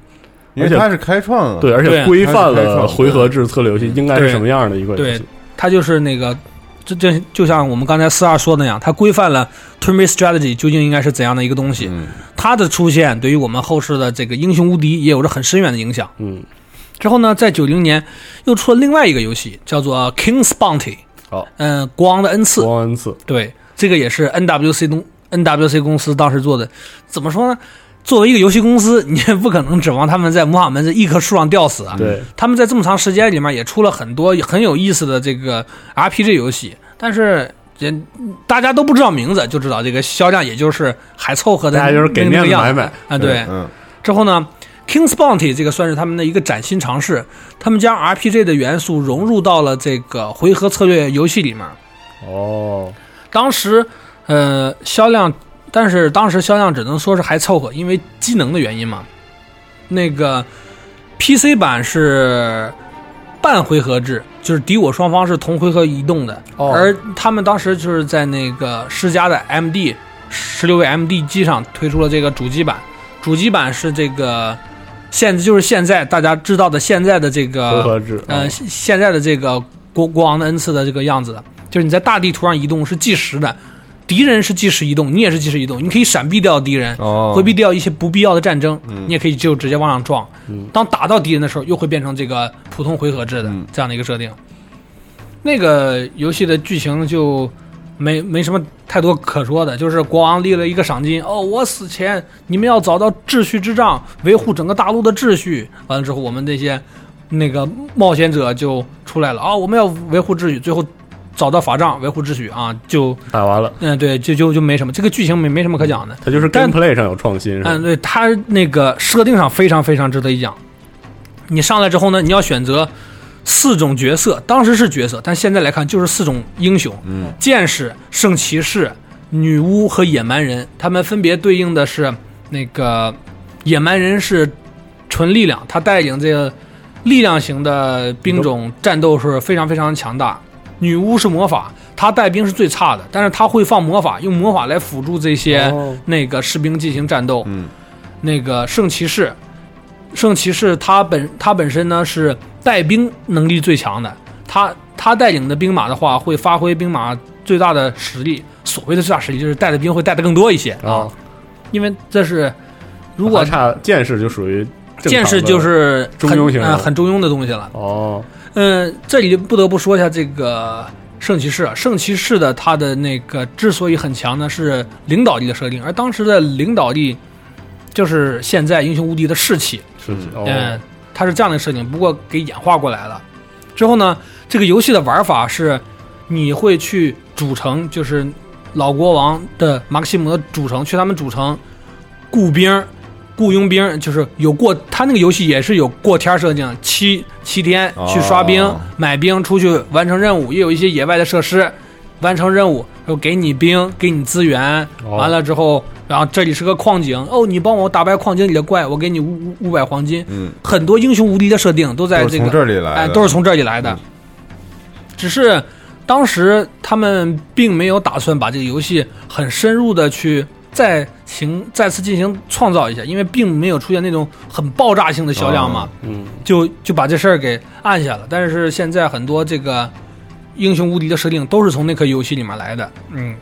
因为它是开创了，对，而且对啊规范它是开创了的回合制策略游戏应该是对什么样的一个游对戏。，它就是那个，这这就像我们刚才四二说的那样，它规范了 turn-based strategy 究竟应该是怎样的一个东西。嗯它的出现对于我们后世的这个英雄无敌也有着很深远的影响。嗯，之后呢，在九零年又出了另外一个游戏，叫做 King's Bounty 好，嗯、国王的恩赐，光恩赐，对，这个也是 NWC 东 NWC 公司当时做的。怎么说呢？作为一个游戏公司，你也不可能指望他们在穆罕默德这一棵树上吊死啊。对，他们在这么长时间里面也出了很多很有意思的这个 RPG 游戏，但是人大家都不知道名字，就知道这个销量也就是还凑合的大那家个就是给样子，面子买买啊。对，嗯，之后呢，King's Bounty 这个算是他们的一个崭新尝试，他们将 RPG 的元素融入到了这个回合策略游戏里面。哦，当时，呃，销量，但是当时销量只能说是还凑合，因为机能的原因嘛。那个 PC 版是半回合制，就是敌我双方是同回合移动的，哦而他们当时就是在那个世嘉的 MD 十六位 MD 机上推出了这个主机版，主机版是这个现就是现在大家知道的现在的这个回合制，呃，哦现现在的这个国国王的恩赐的这个样子的，就是你在大地图上移动是计时的，敌人是计时移动，你也是计时移动，你可以闪避掉敌人，哦，回避掉一些不必要的战争，你也可以就直接往上撞。当打到敌人的时候，又会变成这个普通回合制的这样的一个设定。那个游戏的剧情就没没什么太多可说的，就是国王立了一个赏金，哦，我死前你们要找到秩序之杖，维护整个大陆的秩序。完了之后，我们那些那个冒险者就出来了，啊、我们要维护秩序，最后找到法杖维护秩序啊，就打完了，嗯、对，就就就没什么，这个剧情没没什么可讲的。它就是 gameplay 上有创新，是吧嗯，对，它那个设定上非常非常值得一讲。你上来之后呢，你要选择四种角色，当时是角色，但现在来看就是四种英雄：嗯、剑士、圣骑士、女巫和野蛮人。他们分别对应的是那个野蛮人是纯力量，他带领这个力量型的兵种战斗是非常非常强大。女巫是魔法，她带兵是最差的，但是她会放魔法，用魔法来辅助这些哦那个士兵进行战斗。嗯，那个圣骑士，圣骑士他本他本身呢是带兵能力最强的，他他带领的兵马的话会发挥兵马最大的实力。所谓的最大实力就是带的兵会带的更多一些哦，因为这是如如果差剑士就属于正常的剑士就是很中庸型呃人很中庸的东西了。哦，嗯，这里不得不说一下这个圣骑士啊。圣骑士的他的那个之所以很强呢，是领导力的设定，而当时的领导力就是现在英雄无敌的士气。是是哦，嗯，它是这样的设定，不过给演化过来了。之后呢，这个游戏的玩法是，你会去主城，就是老国王的马克西姆的主城，去他们主城雇兵、雇佣兵，就是有过他那个游戏也是有过天设定，七七天去刷兵、哦买兵，出去完成任务，也有一些野外的设施，完成任务，然后给你兵，给你资源，哦完了之后，然后这里是个矿井，哦，你帮我打败矿井里的怪，我给你五五五百黄金。嗯，很多英雄无敌的设定都在都是这个，从这里来哎，的，嗯都是从这里来的。只是当时他们并没有打算把这个游戏很深入的去再行再次进行创造一下，因为并没有出现那种很爆炸性的销量啊嘛。嗯，就就把这事儿给按下了。但是现在很多这个英雄无敌的设定都是从那颗游戏里面来的，嗯。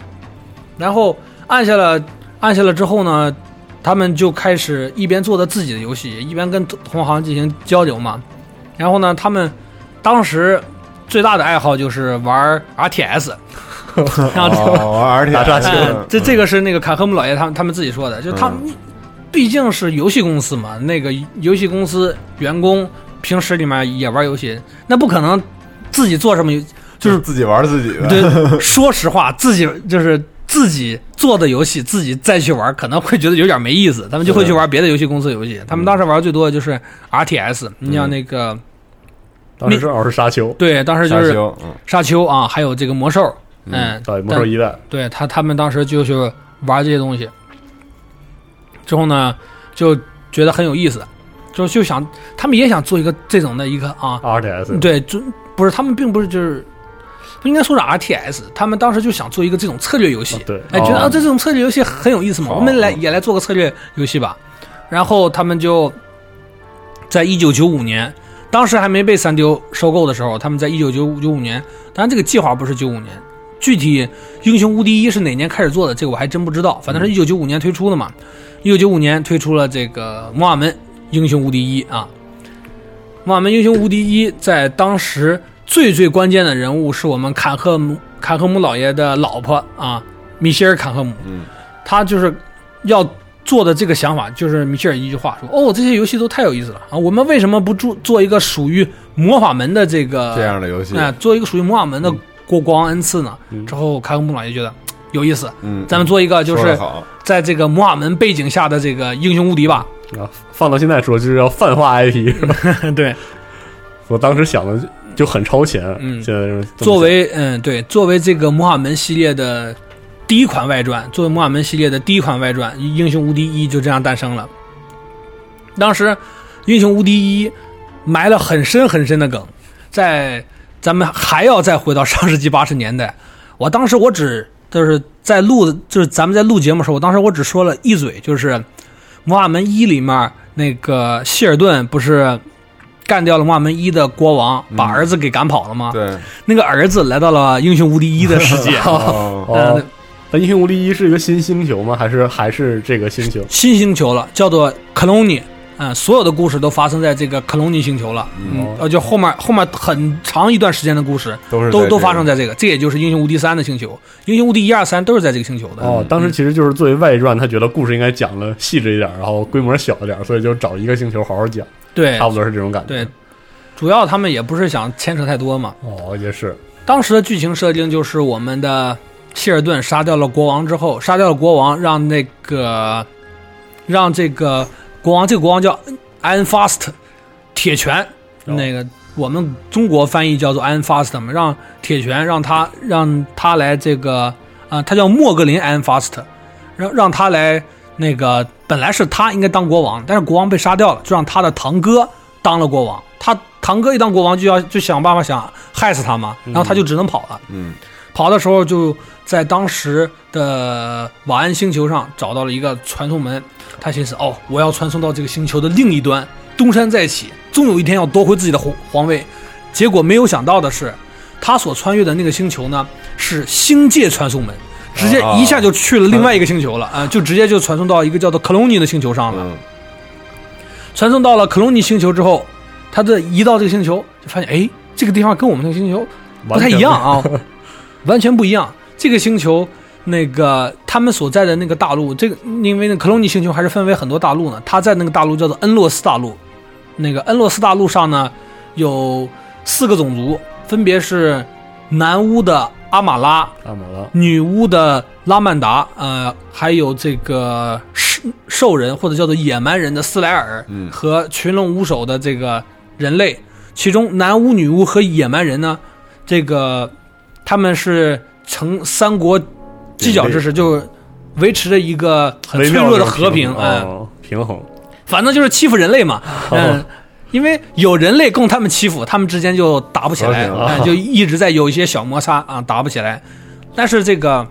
然后按下了按下了之后呢，他们就开始一边做的自己的游戏，一边跟同行进行交流嘛。然后呢，他们当时最大的爱好就是玩 RTS，然后哦， *laughs* 而且打炸哎这这个个是那个坎赫姆老爷他们他们自己说的，就是他们、毕竟是游戏公司嘛，那个游戏公司员工平时里面也玩游戏，那不可能自己做什么游，就是自己玩自己的，对，说实话，自己就是自己做的游戏，自己再去玩，可能会觉得有点没意思，他们就会去玩别的游戏公司游戏。他们当时玩最多的就是 RTS，你像那个、当时正好是沙丘，对，当时就沙是丘，嗯，沙丘啊，还有这个魔兽，嗯，对，哎魔兽一代，对他他们当时就去玩这些东西，之后呢，就觉得很有意思，就就想他们也想做一个这种的一个啊， RTS，对，就不是他们并不是就是。不应该说是 RTS，他们当时就想做一个这种策略游戏啊，对哎，觉得哦啊，这种策略游戏很有意思嘛，哦我们来也来做个策略游戏吧。然后他们就在一九九五年，当时还没被三丢收购的时候，他们在一九九九五年，当然这个计划不是九五年，具体《英雄无敌一》是哪年开始做的，这个我还真不知道，反正是一九九五年推出的嘛。一九九五年推出了这个《摩尔门英雄无敌一》啊，《摩尔门英雄无敌一》在当时最最关键的人物是我们坎赫姆坎赫姆老爷的老婆啊，米歇尔坎赫姆。嗯，他就是要做的这个想法，就是米歇尔一句话说：“哦，这些游戏都太有意思了啊，我们为什么不做做一个属于魔法门的这个这样的游戏嗯哎、，做一个属于魔法门的国光恩赐呢？”之后坎赫姆老爷觉得嘖有意思，嗯，咱们做一个就说得是好，在这个魔法门背景下的这个英雄无敌吧。啊，放到现在说就是要泛 *laughs* 化 IP 是吧？对，我当时想的就就很超前，嗯现在就是这么作为嗯对，作为这个魔法门系列的第一款外传，作为魔法门系列的第一款外传，《英雄无敌一》就这样诞生了。当时，《英雄无敌一》埋了很深很深的梗，在咱们还要再回到上世纪八十年代。我当时我只就是在录，就是咱们在录节目的时候，我当时我只说了一嘴，就是《魔法门一》里面那个希尔顿不是干掉了魔法门一的国王，把嗯儿子给赶跑了吗？对，那个儿子来到了英雄无敌一的世 *laughs* 界，哦，呃哦，那英雄无敌一是一个新星球吗？还是还是这个星球？新星球了，叫做克隆尼。嗯，所有的故事都发生在这个克隆尼星球了。嗯呃，就后面后面很长一段时间的故事都是都在都这发个生在这个，这也就是英雄无敌三的星球。英雄无敌一二三都是在这个星球的。哦，当时其实就是作为外传，他觉得故事应该讲的细致一点，然后规模小一点，所以就找一个星球好好讲，对差不多是这种感觉。对，主要他们也不是想牵扯太多嘛。哦，也是，当时的剧情设定就是我们的希尔顿杀掉了国王之后，杀掉了国王，让那个让这个国王，这个国王叫安 n Fast 铁拳，哦那个我们中国翻译叫做安 n Fast 嘛，让铁拳让他让他来这个啊、他叫莫格林安 n Fast，让让他来那个本来是他应该当国王，但是国王被杀掉了，就让他的堂哥当了国王，他堂哥一当国王就要就想办法想害死他嘛，然后他就只能跑了。嗯，跑的时候就在当时的瓦安星球上找到了一个传送门，他心思哦，我要传送到这个星球的另一端，东山再起，终有一天要夺回自己的皇皇位。结果没有想到的是，他所穿越的那个星球呢是星界传送门，直接一下就去了另外一个星球了啊、就直接就传送到一个叫做克隆尼的星球上了。嗯传送到了克隆尼星球之后，他的移到这个星球，就发现哎，这个地方跟我们那个星球不太一样啊， *laughs* 完全不一样。这个星球，那个他们所在的那个大陆，这个因为那克隆尼星球还是分为很多大陆呢，他在那个大陆叫做恩洛斯大陆，那个恩洛斯大陆上呢有四个种族，分别是南巫的阿玛拉、按摩了，女巫的拉曼达，呃，还有这个兽兽人或者叫做野蛮人的斯莱尔，嗯和群龙无首的这个人类，其中男巫、女巫和野蛮人呢，这个他们是成三国犄角之势，就是维持着一个很微脆妙弱这的种和平，哎、哦平衡，反正就是欺负人类嘛，哦嗯。因为有人类供他们欺负，他们之间就打不起来，打不起哎就一直在有一些小摩擦啊，打不起来。但是这个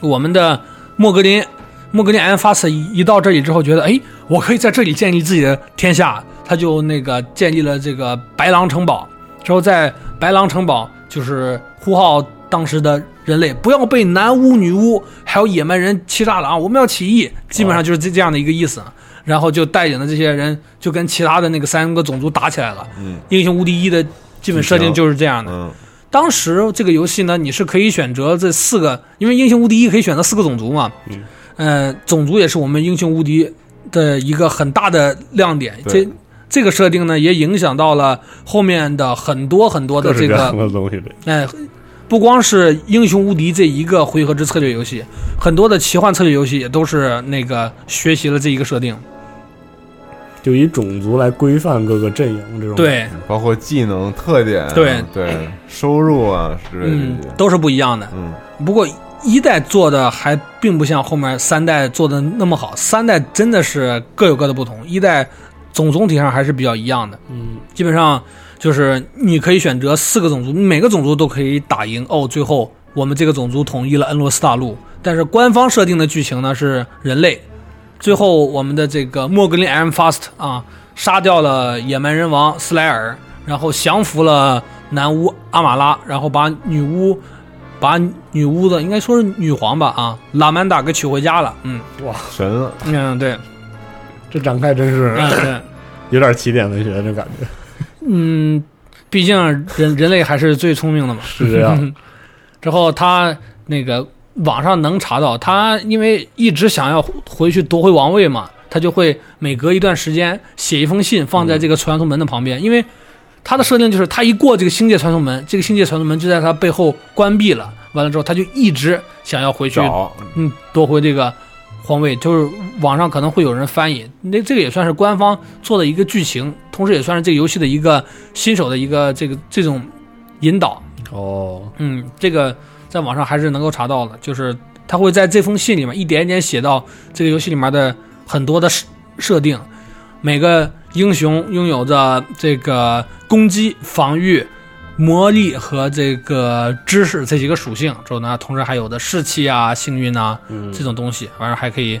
我们的莫格林，莫格林安发斯一到这里之后，觉得哎，我可以在这里建立自己的天下，他就那个建立了这个白狼城堡。之后在白狼城堡就是呼号当时的人类，不要被男巫、女巫还有野蛮人欺诈了啊！我们要起义，基本上就是这这样的一个意思。然后就带领的这些人就跟其他的那个三个种族打起来了。嗯，英雄无敌一的基本设定就是这样的。嗯当时这个游戏呢，你是可以选择这四个，因为英雄无敌一可以选择四个种族嘛。嗯。呃，种族也是我们英雄无敌的一个很大的亮点。对这这个设定呢，也影响到了后面的很多很多的各式这各个样的东西呗。哎，不光是英雄无敌这一个回合制策略游戏，很多的奇幻策略游戏也都是那个学习了这一个设定。就以种族来规范各个阵营这种。，对，包括技能特点啊，对对，收入啊之类嗯的这些，，都是不一样的。嗯不过一代做的还并不像后面三代做的那么好，三代真的是各有各的不同，一代总总体上还是比较一样的，嗯，基本上就是你可以选择四个种族，每个种族都可以打赢哦。最后我们这个种族统一了恩罗斯大陆，但是官方设定的剧情呢是人类，最后我们的这个莫格林 M Fast 啊杀掉了野蛮人王斯莱尔，然后降服了男巫阿玛拉，然后把女巫。把女巫的应该说是女皇吧啊，拉曼达给娶回家了。嗯神了，嗯，对，这展开真是嗯对， *laughs* 有点起点文学这感觉。嗯，毕竟人人类还是最聪明的嘛。是这样。之后他那个网上能查到，他因为一直想要回去夺回王位嘛，他就会每隔一段时间写一封信放在这个传送门的旁边，因为他的设定就是他一过这个星界传送门，这个星界传送门就在他背后关闭了。完了之后，他就一直想要回去找嗯，夺回这个皇位，就是网上可能会有人翻译，那这个也算是官方做的一个剧情，同时也算是这个游戏的一个新手的一个这个这种引导。哦，嗯，这个在网上还是能够查到的，就是他会在这封信里面一点一点写到这个游戏里面的很多的设设定，每个英雄拥有着这个攻击、防御、魔力和这个知识这几个属性，之后呢，同时还有的士气啊、幸运啊嗯这种东西，完了还可以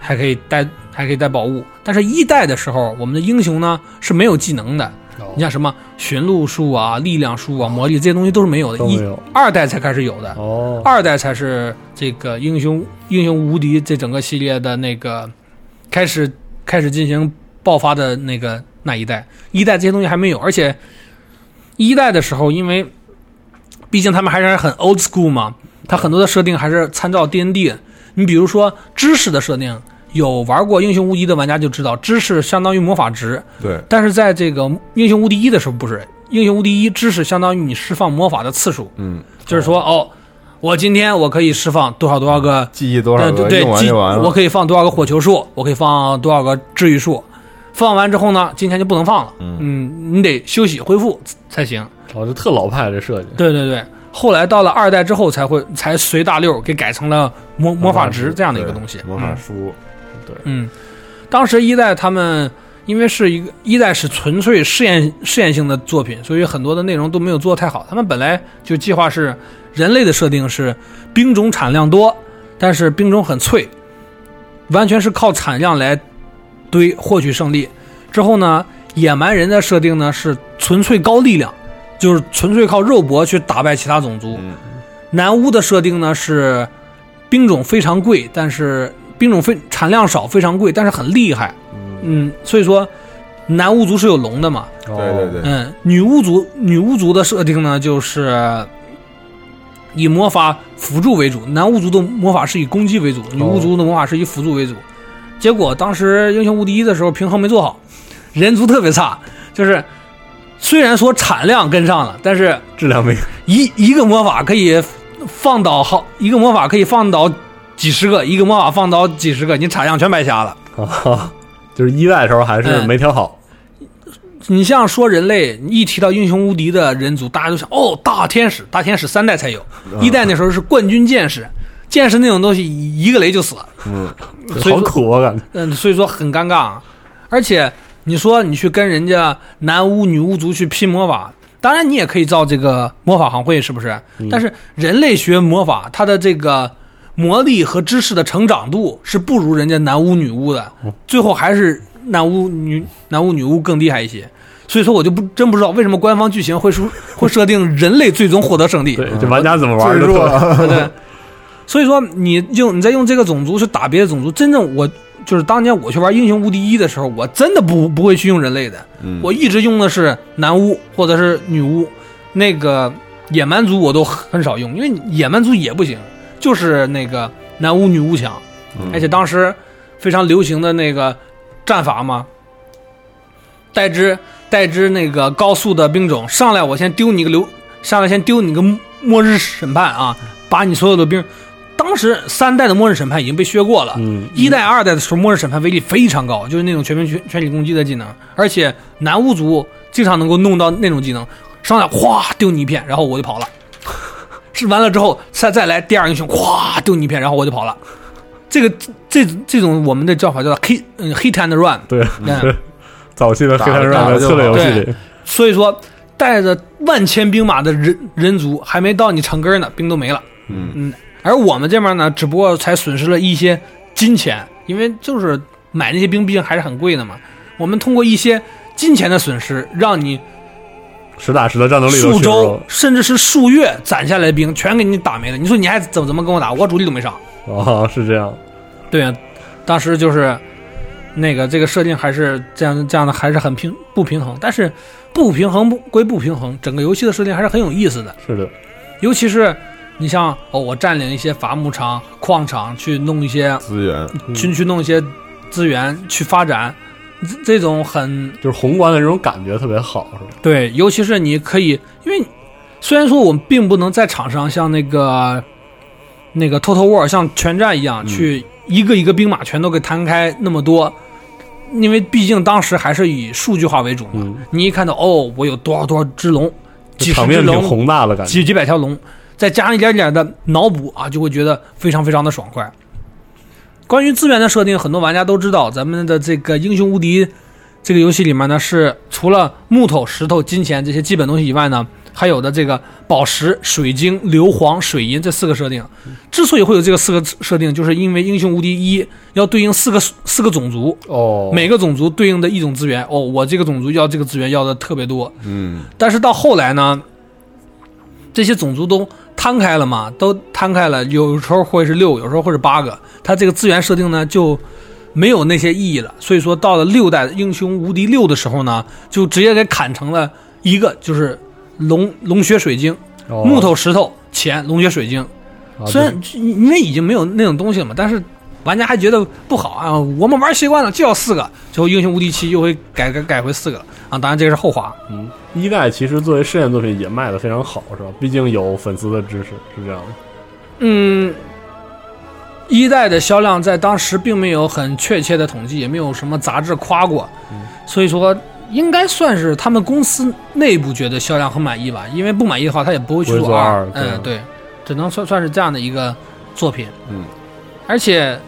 还可以带还可以带宝物。但是一代的时候，我们的英雄呢是没有技能的。哦你像什么寻路术啊、力量术啊、魔力这些东西都是没有的，都没一有二代才开始有的，哦，二代才是这个英雄英雄无敌这整个系列的那个开始开始进行爆发的那个那一代，一代这些东西还没有，而且一代的时候，因为毕竟他们还是很 old school 嘛，它很多的设定还是参照 D N D。你比如说知识的设定，有玩过英雄无敌的玩家就知道，知识相当于魔法值，对，但是在这个英雄无敌一的时候不是，英雄无敌一知识相当于你释放魔法的次数，嗯，就是说哦，我今天我可以释放多少多少个，记忆多少呃个对用完记就完我了，可以放多少个火球术，我可以放多少个治愈术，放完之后呢，今天就不能放了，嗯，你得休息恢复才行。哦，这特老派这设计，对对对，后来到了二代之后才会才随大溜给改成了魔魔法值这样的一个东西，魔法书，嗯，当时一代他们因为是一个一代是纯粹试验试验性的作品，所以很多的内容都没有做太好。他们本来就计划是人类的设定是兵种产量多，但是兵种很脆，完全是靠产量来堆获取胜利。之后呢，野蛮人的设定呢是纯粹高力量，就是纯粹靠肉搏去打败其他种族。嗯南巫的设定呢是兵种非常贵，但是兵种非产量少，非常贵，但是很厉害。嗯，所以说男巫族是有龙的嘛。对对对对，嗯，女巫族女巫族的设定呢就是以魔法辅助为主，男巫族的魔法是以攻击为主，女巫族的魔法是以辅助为主。结果当时英雄无敌一的时候平衡没做好，人族特别差，就是虽然说产量跟上了，但是质量没一一个魔法可以放倒好，一个魔法可以放倒几十个，一个魔法放倒几十个，你产量全白瞎了。啊，就是一代的时候还嗯是没调好，你像说人类，你一提到英雄无敌的人族，大家都想哦，大天使，大天使三代才有，一代那时候是冠军剑士，剑士那种东西一个雷就死了，所以好说苦啊，感觉嗯，所以说很尴尬啊。而且你说你去跟人家男巫、女巫族去拼魔法，当然你也可以造这个魔法行会，是不是？但是人类学魔法，它的这个魔力和知识的成长度是不如人家男巫、女巫的，最后还是男巫、女男巫、女巫更厉害一些。所以说我就不真不知道为什么官方剧情会出会设定人类最终获得胜利。对，这玩家怎么玩最的弱特 *laughs* 对不对？所以说你用你在用这个种族去打别的种族，真正我就是当年我去玩英雄无敌一的时候，我真的不不会去用人类的，嗯我一直用的是男巫或者是女巫，那个野蛮族我都很少用，因为野蛮族也不行，就是那个男巫女巫强，而且当时非常流行的那个战法嘛，带只带只那个高速的兵种上来，我先丢你个流，上来先丢你个末末日审判啊，把你所有的兵。当时三代的末日审判已经被削过了，嗯一代、二代的时候末日审判威力非常高，就是那种全民全全体攻击的技能，而且南巫族经常能够弄到那种技能，上来哗丢你一片，然后我就跑了。是完了之后再再来第二英雄，哗丢你一片，然后我就跑了。这个这这这种我们的叫法叫 hit 嗯 hit and run，对，嗯是早期的黑炭打软的了就策略游戏对里，所以说，带着万千兵马的人人族还没到你长根儿呢，兵都没了。嗯而我们这边呢，只不过才损失了一些金钱，因为就是买那些兵，毕竟还是很贵的嘛。我们通过一些金钱的损失，让你实打实的战斗力都数削弱周甚至是数月攒下来的兵全给你打没了。你说你还怎么怎么跟我打？我主力都没上。了啊，是这样，对啊，当时就是那个这个设定还是这样这样的，还是很平不平衡。但是不平衡不归不平衡，整个游戏的设定还是很有意思的。是的，尤其是你像哦，我占领一些伐木场、矿场，去弄一些资源，去去弄一些资源去发展，这这种很就是宏观的这种感觉特别好，是吧？对，尤其是你可以，因为虽然说我们并不能在场上像那个那个 Total War 像全战一嗯样、去一个一个兵马全都给摊开那么多，因为毕竟当时还是以数据化为主嘛。嗯你一看到哦，我有多少多少只龙，几十场只面挺龙，宏大的感觉，几几百条龙，再加上一点点的脑补啊，就会觉得非常非常的爽快。关于资源的设定，很多玩家都知道，咱们的这个《英雄无敌》这个游戏里面呢，是除了木头、石头、金钱这些基本东西以外呢，还有的这个宝石、水晶、硫磺、水银这四个设定。之所以会有这个四个设定，就是因为《英雄无敌一》要对应四个四个种族，哦，每个种族对应的一种资源。哦，我这个种族要这个资源要的特别多，嗯，但是到后来呢，这些种族都摊开了嘛，都摊开了，有时候会是六，有时候会是八个，它这个资源设定呢就没有那些意义了。所以说，到了六代英雄无敌六的时候呢，就直接给砍成了一个，就是龙龙血水晶、哦木头、石头、钱、龙血水晶。啊虽然因为已经没有那种东西了嘛，但是玩家还觉得不好啊。我们玩习惯了，就要四个。最后英雄无敌七又会改改改回四个了啊！当然这个是后话。一代其实作为试验作品也卖的非常好，是吧？毕竟有粉丝的支持，是这样的。嗯，一代的销量在当时并没有很确切的统计，也没有什么杂志夸过，所以说应该算是他们公司内部觉得销量很满意吧，因为不满意的话，他也不会去不会做二二。对啊嗯，对，只能算算是这样的一个作品。嗯，而且。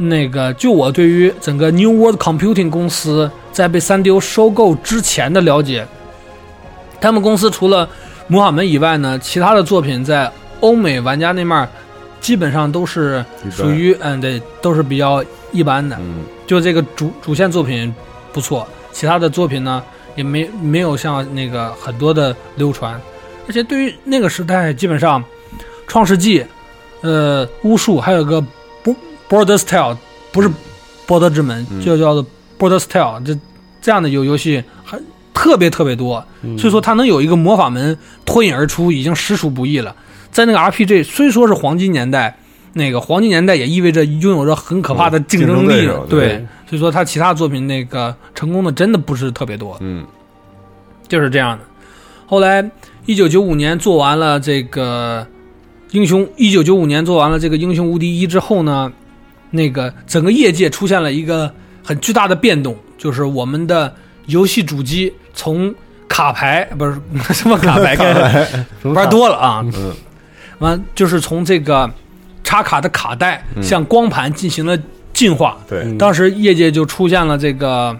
那个，就我对于整个 New World Computing 公司在被三 D 收购之前的了解，他们公司除了《穆罕门》以外呢，其他的作品在欧美玩家那面儿基本上都是一般属于嗯，对，都是比较一般的。嗯，就这个主主线作品不错，其他的作品呢也没没有像那个很多的流传，而且对于那个时代，基本上《创世纪》、呃《巫术》还有个《b o r d e r s Tale》，不是《波德之门》嗯就叫做《b o r d e r s Tale》，这这样的有游戏还特别特别多，嗯所以说它能有一个魔法门脱颖而出，已经实属不易了。在那个 RPG 虽说是黄金年代，那个黄金年代也意味着拥有着很可怕的竞嗯争竞争力对手，对对，所以说他其他作品那个成功的真的不是特别多，嗯，就是这样的。后来一九九五年做完了这个英雄，一九九五年做完了这个英雄无敌一之后呢，那个整个业界出现了一个很巨大的变动，就是我们的游戏主机从卡牌不是什么卡 *laughs* 牌，玩多了啊，嗯，完就是从这个插卡的卡带向光盘进行了进化，嗯对，嗯当时业界就出现了这个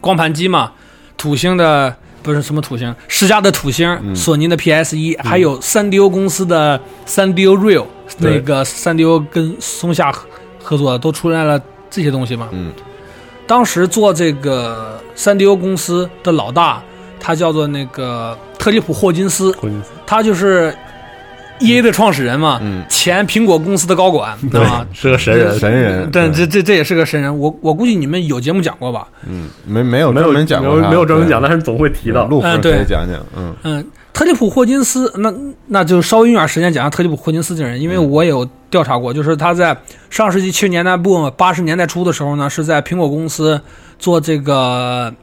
光盘机嘛，土星的不是什么土星，世嘉的土星，嗯索尼的 PS 一、还有三 DO 公司的三 DO Real，对那个三 DO 跟松下合合作的都出来了这些东西嘛。嗯，当时做这个三 DO 公司的老大，他叫做那个特里普霍金斯，混进去他就是 EA 的创始人嘛，嗯前苹果公司的高管啊，是个神人，神人，但这这这也是个神人，我我估计你们有节目讲过吧？嗯，没没有没有专门讲没过有他，没有专门讲，对但是总会提到。陆夫嗯人对可以讲讲，嗯，嗯，特里普霍金斯，那那就稍微用点时间讲下特里普霍金斯这个人，因为我也有调查过，就是他在上世纪七十年代末八十年代初的时候呢，是在苹果公司做这个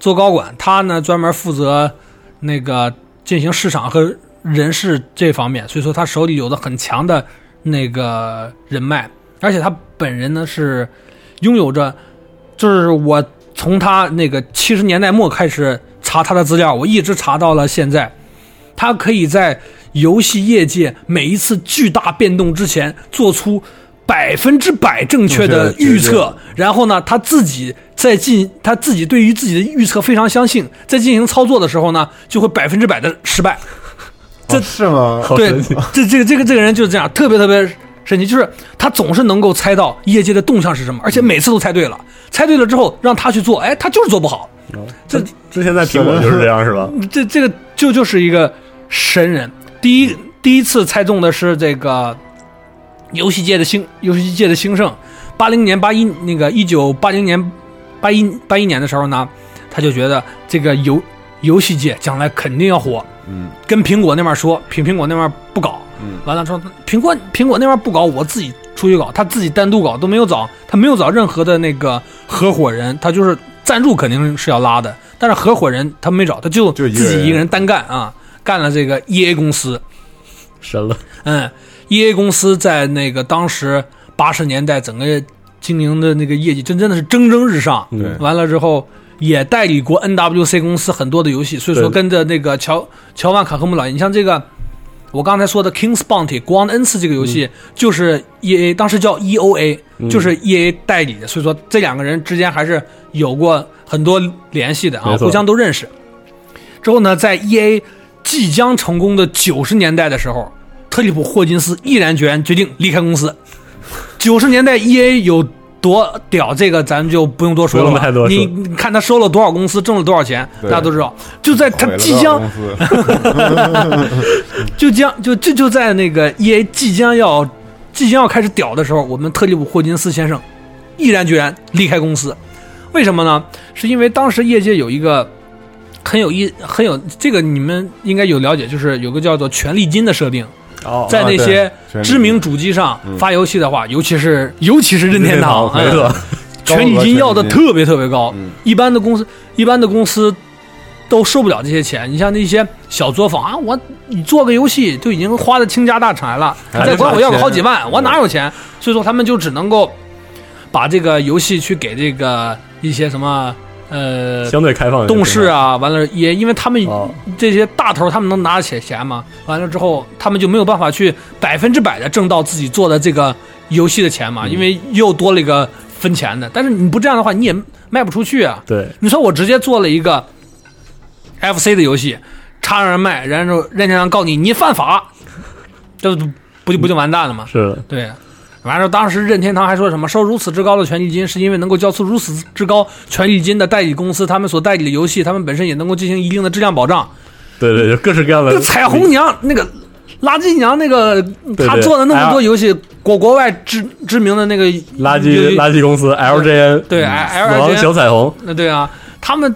做高管，他呢专门负责那个进行市场和人事这方面，所以说他手里有的很强的那个人脉，而且他本人呢是拥有着，就是我从他那个七十年代末开始查他的资料，我一直查到了现在，他可以在游戏业界每一次巨大变动之前做出。百分之百正确的正确的预决测定，然后呢，他自己在进他自己对于自己的预测非常相信，在进行操作的时候呢，就会百分之百的失败。这哦是吗？对，这这个这个这个人就是这样，特别特别神奇，就是他总是能够猜到业界的动向是什么，而且每次都猜对了。猜对了之后，让他去做，哎，他就是做不好。这之前在苹果就是这样，是吧？这这个就就是一个神人。第一第一次猜中的是这个游戏界的兴游戏界的兴盛，八零年、八一那个一九八零年、八一八一年的时候呢，他就觉得这个游游戏界将来肯定要火，嗯，跟苹果那边说，苹苹果那边不搞，嗯，完了之后，苹果苹果那边不搞，我自己出去搞，他自己单独搞都没有找，他没有找任何的那个合伙人，他就是赞助肯定是要拉的，但是合伙人他没找，他就就一个自己一个人人单干啊，干了这个 EA 公司， *laughs* 神了，嗯，EA 公司在那个当时八十年代整个经营的那个业绩，真真的是蒸蒸日上。对完了之后也代理过 NWC 公司很多的游戏，所以说对跟着那个乔乔万卡赫姆老爷，你像这个我刚才说的 King's Bounty 国王的恩赐这个游嗯戏，就是 EA 当时叫 EOA，、就是 EA 代理的，所以说这两个人之间还是有过很多联系的啊，没错互相都认识。之后呢，在 EA 即将成功的九十年代的时候，特里普霍金斯毅然决然决定离开公司。九十年代 EA 有多屌，这个咱们就不用多说了不吧。用太多说你你看他收了多少公司，挣了多少钱，大对家都知道。就在他毁了即多少将公 *laughs* 司就将就就就在那个 EA 即将要即将要开始屌的时候，我们特里普霍金斯先生毅然决然离开公司。为什么呢？是因为当时业界有一个很有意很有这个你们应该有了解，就是有个叫做权利金的设定， *laughs* 哦在那些权利金知名主机上发游戏的话，尤其是尤其是任天堂，没嗯 *laughs* 错，权利金要的特别特别高嗯，一般的公司一般的公司都收不了这些钱。你像那些小作坊啊，我你做个游戏就已经花的倾家荡产了，还得再管我要个花钱好几万，我哪有钱？所以说他们就只能够把这个游戏去给这个一些什么呃相对开放一些动视，啊，完了也因为他们哦这些大头他们能拿得起钱嘛，完了之后他们就没有办法去百分之百的挣到自己做的这个游戏的钱嘛，嗯因为又多了一个分钱的。但是你不这样的话，你也卖不出去啊。对，你说我直接做了一个 FC 的游戏，插上人卖，然后任天堂告你，你犯法，这不不就不就完蛋了吗？是的，对，啊完了，当时任天堂还说什么收如此之高的权利金，是因为能够交出如此之高权利金的代理公司，他们所代理的游戏，他们本身也能够进行一定的质量保障。对对，就各式各样那的彩虹娘那个。垃圾娘那个，对哎他做了那么多游戏，国国外知知名的那个垃圾垃圾公司 LJN，对哎嗯 L- 死亡 LJN 小彩虹，圾，对啊，他们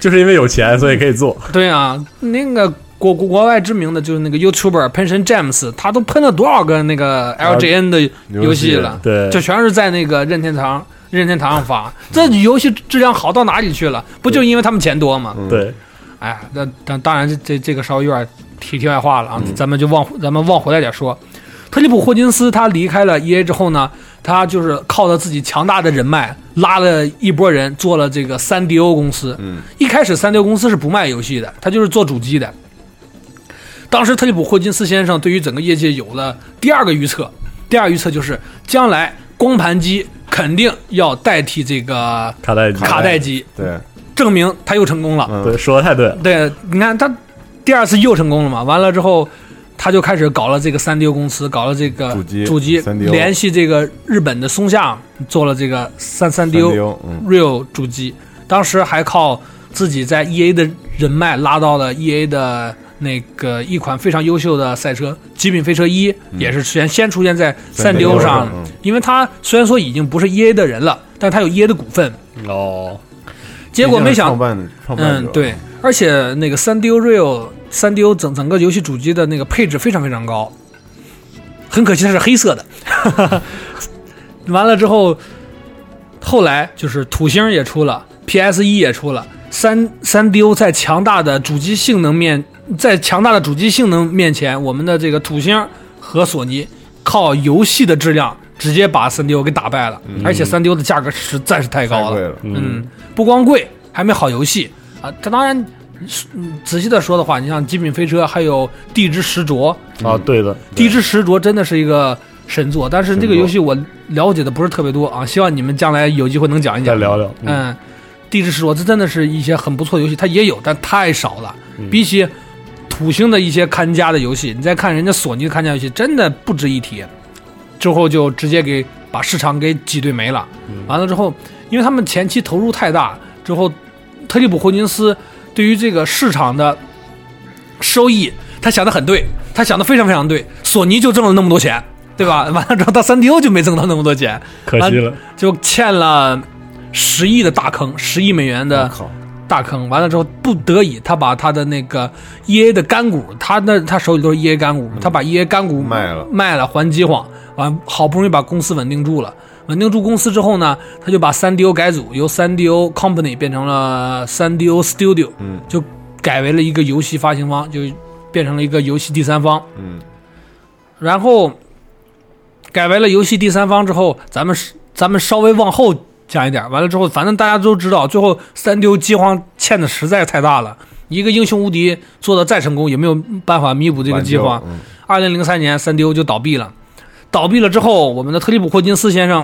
就是因为有钱所以可以做， *laughs* 对啊，那个国国国外知名的就是那个 YouTuber 喷神 James，他都喷了多少个那个 LJN 的啊游戏了？对这全是在那个任天堂任天堂上发，这游戏质量好到哪里去了？不就因为他们钱多吗？对，哎，那当当然这这这个稍微有点题题外话了啊，咱们就往咱们往回来点说。特里普霍金斯他离开了 EA 之后呢，他就是靠着自己强大的人脉拉了一波人，做了这个三 DO 公司。嗯，一开始三 DO 公司是不卖游戏的，他就是做主机的。当时特里普霍金斯先生对于整个业界有了第二个预测，第二个预测就是将来光盘机肯定要代替这个卡带机卡带机，对，证明他又成功了。嗯对，说的太对了，对，你看他第二次又成功了嘛，完了之后，他就开始搞了这个三 D O 公司，搞了这个主机主机 3DO 联系这个日本的松下做了这个三三 D 丢 O 嗯 Real 主机，当时还靠自己在 E A 的人脉拉到了 E A 的那个一款非常优秀的赛车《极品飞车一》，也是先先出现在三 D O 上，嗯因为他虽然说已经不是 E A 的人了，但他有 E A 的股份，哦，结果没想创办创办嗯者，对，而且那个三 D O Real 三 D O 整整个游戏主机的那个配置非常非常高，很可惜它是黑色的。 *laughs* 完了之后，后来就是土星也出了，PS 一也出了，三三 D O 在强大的主机性能面，在强大的主机性能面前，我们的这个土星和索尼靠游戏的质量直接把三 D O 给打败了，而且三 D O 的价格实在是太嗯太高贵了。了，嗯，不光贵，还没好游戏啊。它当然，嗯仔细的说的话，你像《极品飞车》还有《地之石卓》，嗯啊，对的， 《地之石卓》真的是一个神作，但是这个神作游戏我了解的不是特别多啊，希望你们将来有机会能讲一再讲。聊聊，嗯，嗯，《地之石卓》这真的是一些很不错的游戏，它也有，但太少了。比起土星的一些看家的游戏，你再看人家索尼的看家游戏，真的不值一提。之后就直接给把市场给挤兑没了。完了之后，因为他们前期投入太大，之后特里普霍金斯对于这个市场的收益，他想的很对，他想的非常非常对。索尼就挣了那么多钱，对吧？ *laughs* 完了之后到三 DO 就没挣到那么多钱，可惜了，就欠了十亿的大坑，十亿美元的靠，大坑。完了之后不得已，他把他的那个 EA 的干股，他那他手里都是 EA 干股嘛，他把 EA 干股嗯卖了卖了还饥荒，完好不容易把公司稳定住了。稳定住公司之后呢，他就把三 DO 改组，由三 DO Company 变成了三 DO Studio，嗯就改为了一个游戏发行方，就变成了一个游戏第三方。嗯，然后改为了游戏第三方之后，咱们是咱们稍微往后讲一点，完了之后，反正大家都知道，最后三丢饥荒欠的实在太大了，一个英雄无敌做的再成功，也没有办法弥补这个挽饥救荒。嗯二零零三年，三丢就倒闭了，倒闭了之后，我们的特里普霍金斯先生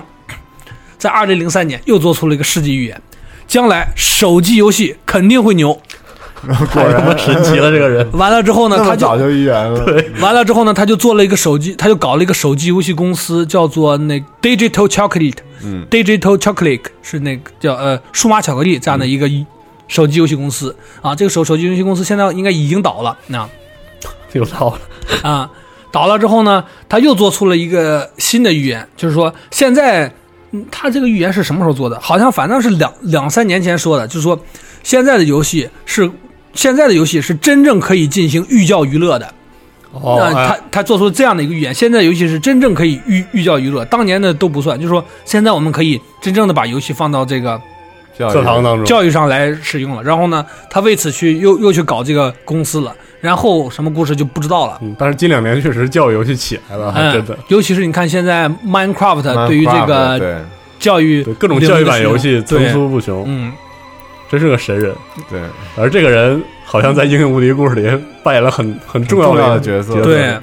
在二零零三年又做出了一个世纪预言。将来手机游戏肯定会牛。太他妈神奇了，这个 *laughs* 人完了之后呢，那他么就早就预言了， *laughs* 对，完了之后呢，他就做了一个手机，他就搞了一个手机游戏公司，叫做那 Digital Chocolate，嗯，Digital Chocolate 是那个叫呃数码巧克力这样的一个手机游戏公司、啊。这个手手机游戏公司现在应该已经倒了，那、有道了，啊，倒了之后呢，他又做出了一个新的预言，就是说现在嗯他这个预言是什么时候做的？好像反正是两两三年前说的，就是说现在的游戏是现在的游戏是真正可以进行寓教于乐的。哦，那哎他他做出这样的一个预言，现在游戏是真正可以寓寓教于乐，当年的都不算，就是说现在我们可以真正的把游戏放到这个嗯教育课堂当中，教育上来使用了。然后呢，他为此去又又去搞这个公司了，然后什么故事就不知道了。嗯但是近两年确实教育游戏起来了，还真啊的嗯，，尤其是你看现在 Minecraft 对于这 Minecraft，个教育对各种教育版游戏层对出不穷，嗯，真是个神人。对对而这个人好像在《英雄无敌》故事里扮演了很很重要重要的的角色对。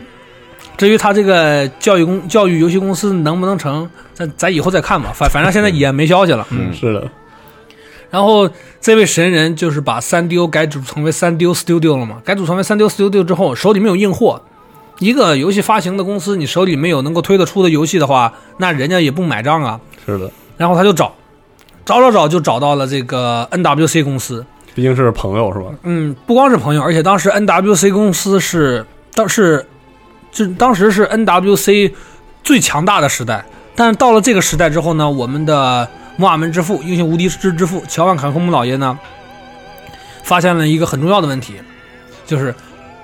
至于他这个教育公教育游戏公司能不能成，咱咱以后再看吧。反反正现在也没消息了。嗯是的，然后这位神人就是把三 DO 改组成为三 DO Studio 了嘛？改组成为三 DO Studio 之后，手里没有硬货，一个游戏发行的公司，你手里没有能够推得出的游戏的话，那人家也不买账啊。是的，然后他就找，找找找就找到了这个 NWC 公司。毕竟是朋友是吧？嗯，不光是朋友，而且当时 NWC 公司是当是就当时是 NWC 最强大的时代。但是到了这个时代之后呢，我们的摩尔门之父、英雄无敌之之父乔万坎昆姆老爷呢，发现了一个很重要的问题，就是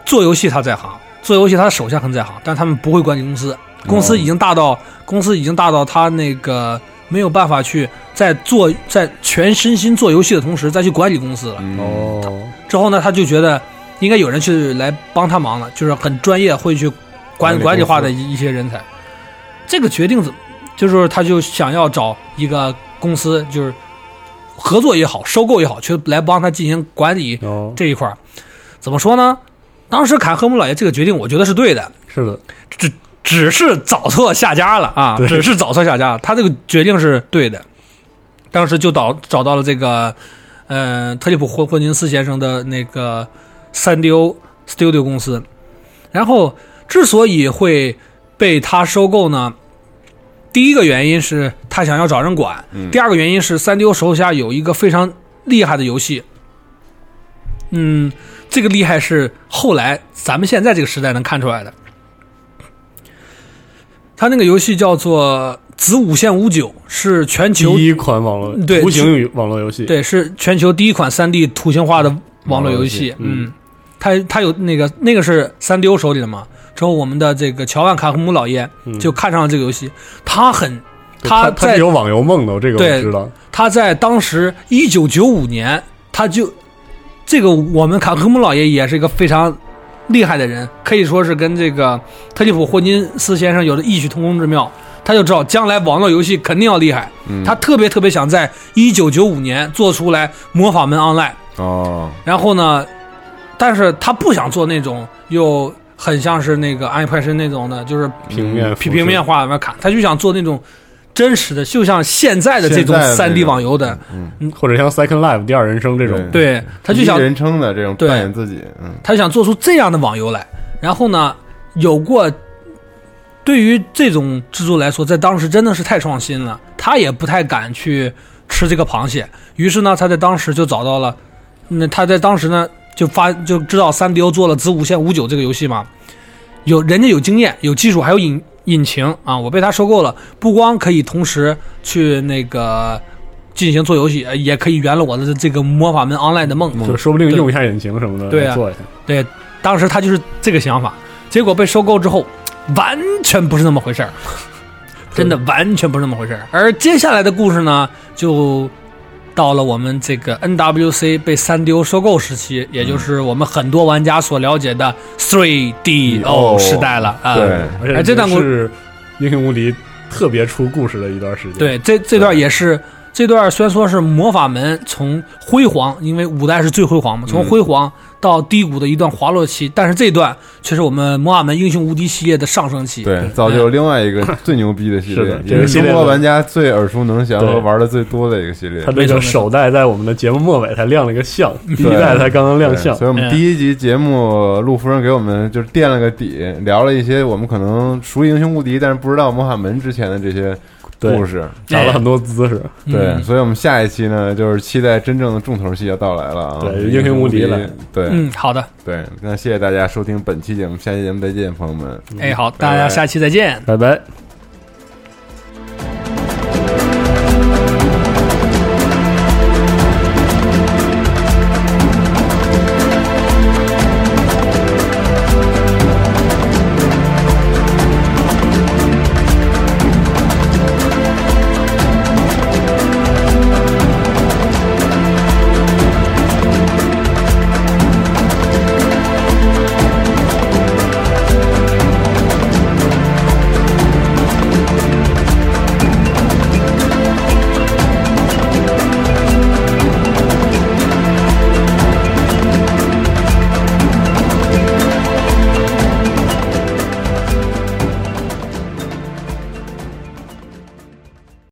做游戏他在行，做游戏他的手下很在行，但他们不会管理公司，公哦司已经大到、公司已经大到他那个没有办法去在做在全身心做游戏的同时再去管理公司了。嗯，哦，之后呢，他就觉得应该有人去来帮他忙了，就是很专业会去管理公管司管理化的一一些人才。这个决定怎么，就是他就想要找一个公司，就是合作也好，收购也好，去来帮他进行管理哦，这一块儿。怎么说呢？当时坎赫姆老爷这个决定，我觉得是对的，是的，只只是找错下家了啊，对只是找错下家了，他这个决定是对的。当时就找找到了这个，呃，特里普霍霍金斯先生的那个三 D O Studio 公司，然后之所以会被他收购呢，第一个原因是他想要找人管，第二个原因是三 D O 手下有一个非常厉害的游戏，嗯，这个厉害是后来咱们现在这个时代能看出来的。他那个游戏叫做《子午线五九》，是全球第一款网络对图形与网络游戏，对，是全球第一款3 D 图形化的网络游戏。网络游戏嗯，它它有那个那个是三 D O 手里的嘛。之后我们的这个乔万卡赫姆老爷嗯就看上了这个游戏，他很对，他在是有网游梦的，我这个对我知道。他在当时一九九五年，他就这个我们卡科姆老爷也是一个非常厉害的人，可以说是跟这个特里普霍金斯先生有着异曲同工之妙。他就知道将来网络游戏肯定要厉害，他特别特别想在一九九五年做出来《魔法门 Online》。哦，然后呢，但是他不想做那种又很像是那个《暗夜快神》那种的，就是平面嗯平平面化往外砍，他就想做那种真实的，就像现在的这种嗯现在的三 D 那种网游的，或者像 Second Life 第二人生这种，对对， *laughs* 他就想第一人称的这种对扮演自己，嗯，他想做出这样的网游来。然后呢，有过对于这种制作来说，在当时真的是太创新了，他也不太敢去吃这个螃蟹。于是呢，他在当时就找到了，那他在当时呢就发就知道三 DO 做了《子午线五九》这个游戏嘛，有人家有经验，有技术，还有引引擎啊，我被他收购了，不光可以同时去那个进行做游戏，呃也可以圆了我的这个魔法门 online 的梦。嗯就说不定用一下引擎什么的嗯对啊来做一下。对，当时他就是这个想法，结果被收购之后，完全不是那么回事 *laughs* 儿，真的完全不是那么回事儿。而接下来的故事呢，就到了我们这个 NWC 被三 DO 收购时期，也嗯就是我们很多玩家所了解的 3DO 时代了啊。对而哎且这段故是英雄无敌特别出故事的一段时间。，对，这这段也是这段虽然说是魔法门从辉煌，因为五代是最辉煌嘛，从辉煌到低谷的一段滑落期，但是这段却是我们魔法门英雄无敌系列的上升期。对，造就了另外一 *laughs* 个最牛逼的系是列的，这也个是系列中国的玩家最耳熟能详对和玩的最多的一个系列他。这个首代在我们的节目末尾才亮了一个相，第一对代才刚刚亮对相嗯所以。我们第一集节目，陆夫人给我们就是垫了个底，聊了一些我们可能熟英雄无敌，但是不知道魔法门之前的这些对故事。长了很多姿势，嗯对，所以我们下一期呢，就是期待真正的重头戏要到来了啊！对英雄无敌了。对嗯，好的，对，那谢谢大家收听本期节目，下期节目再见，朋友们。哎，好，大家下期再见。拜拜。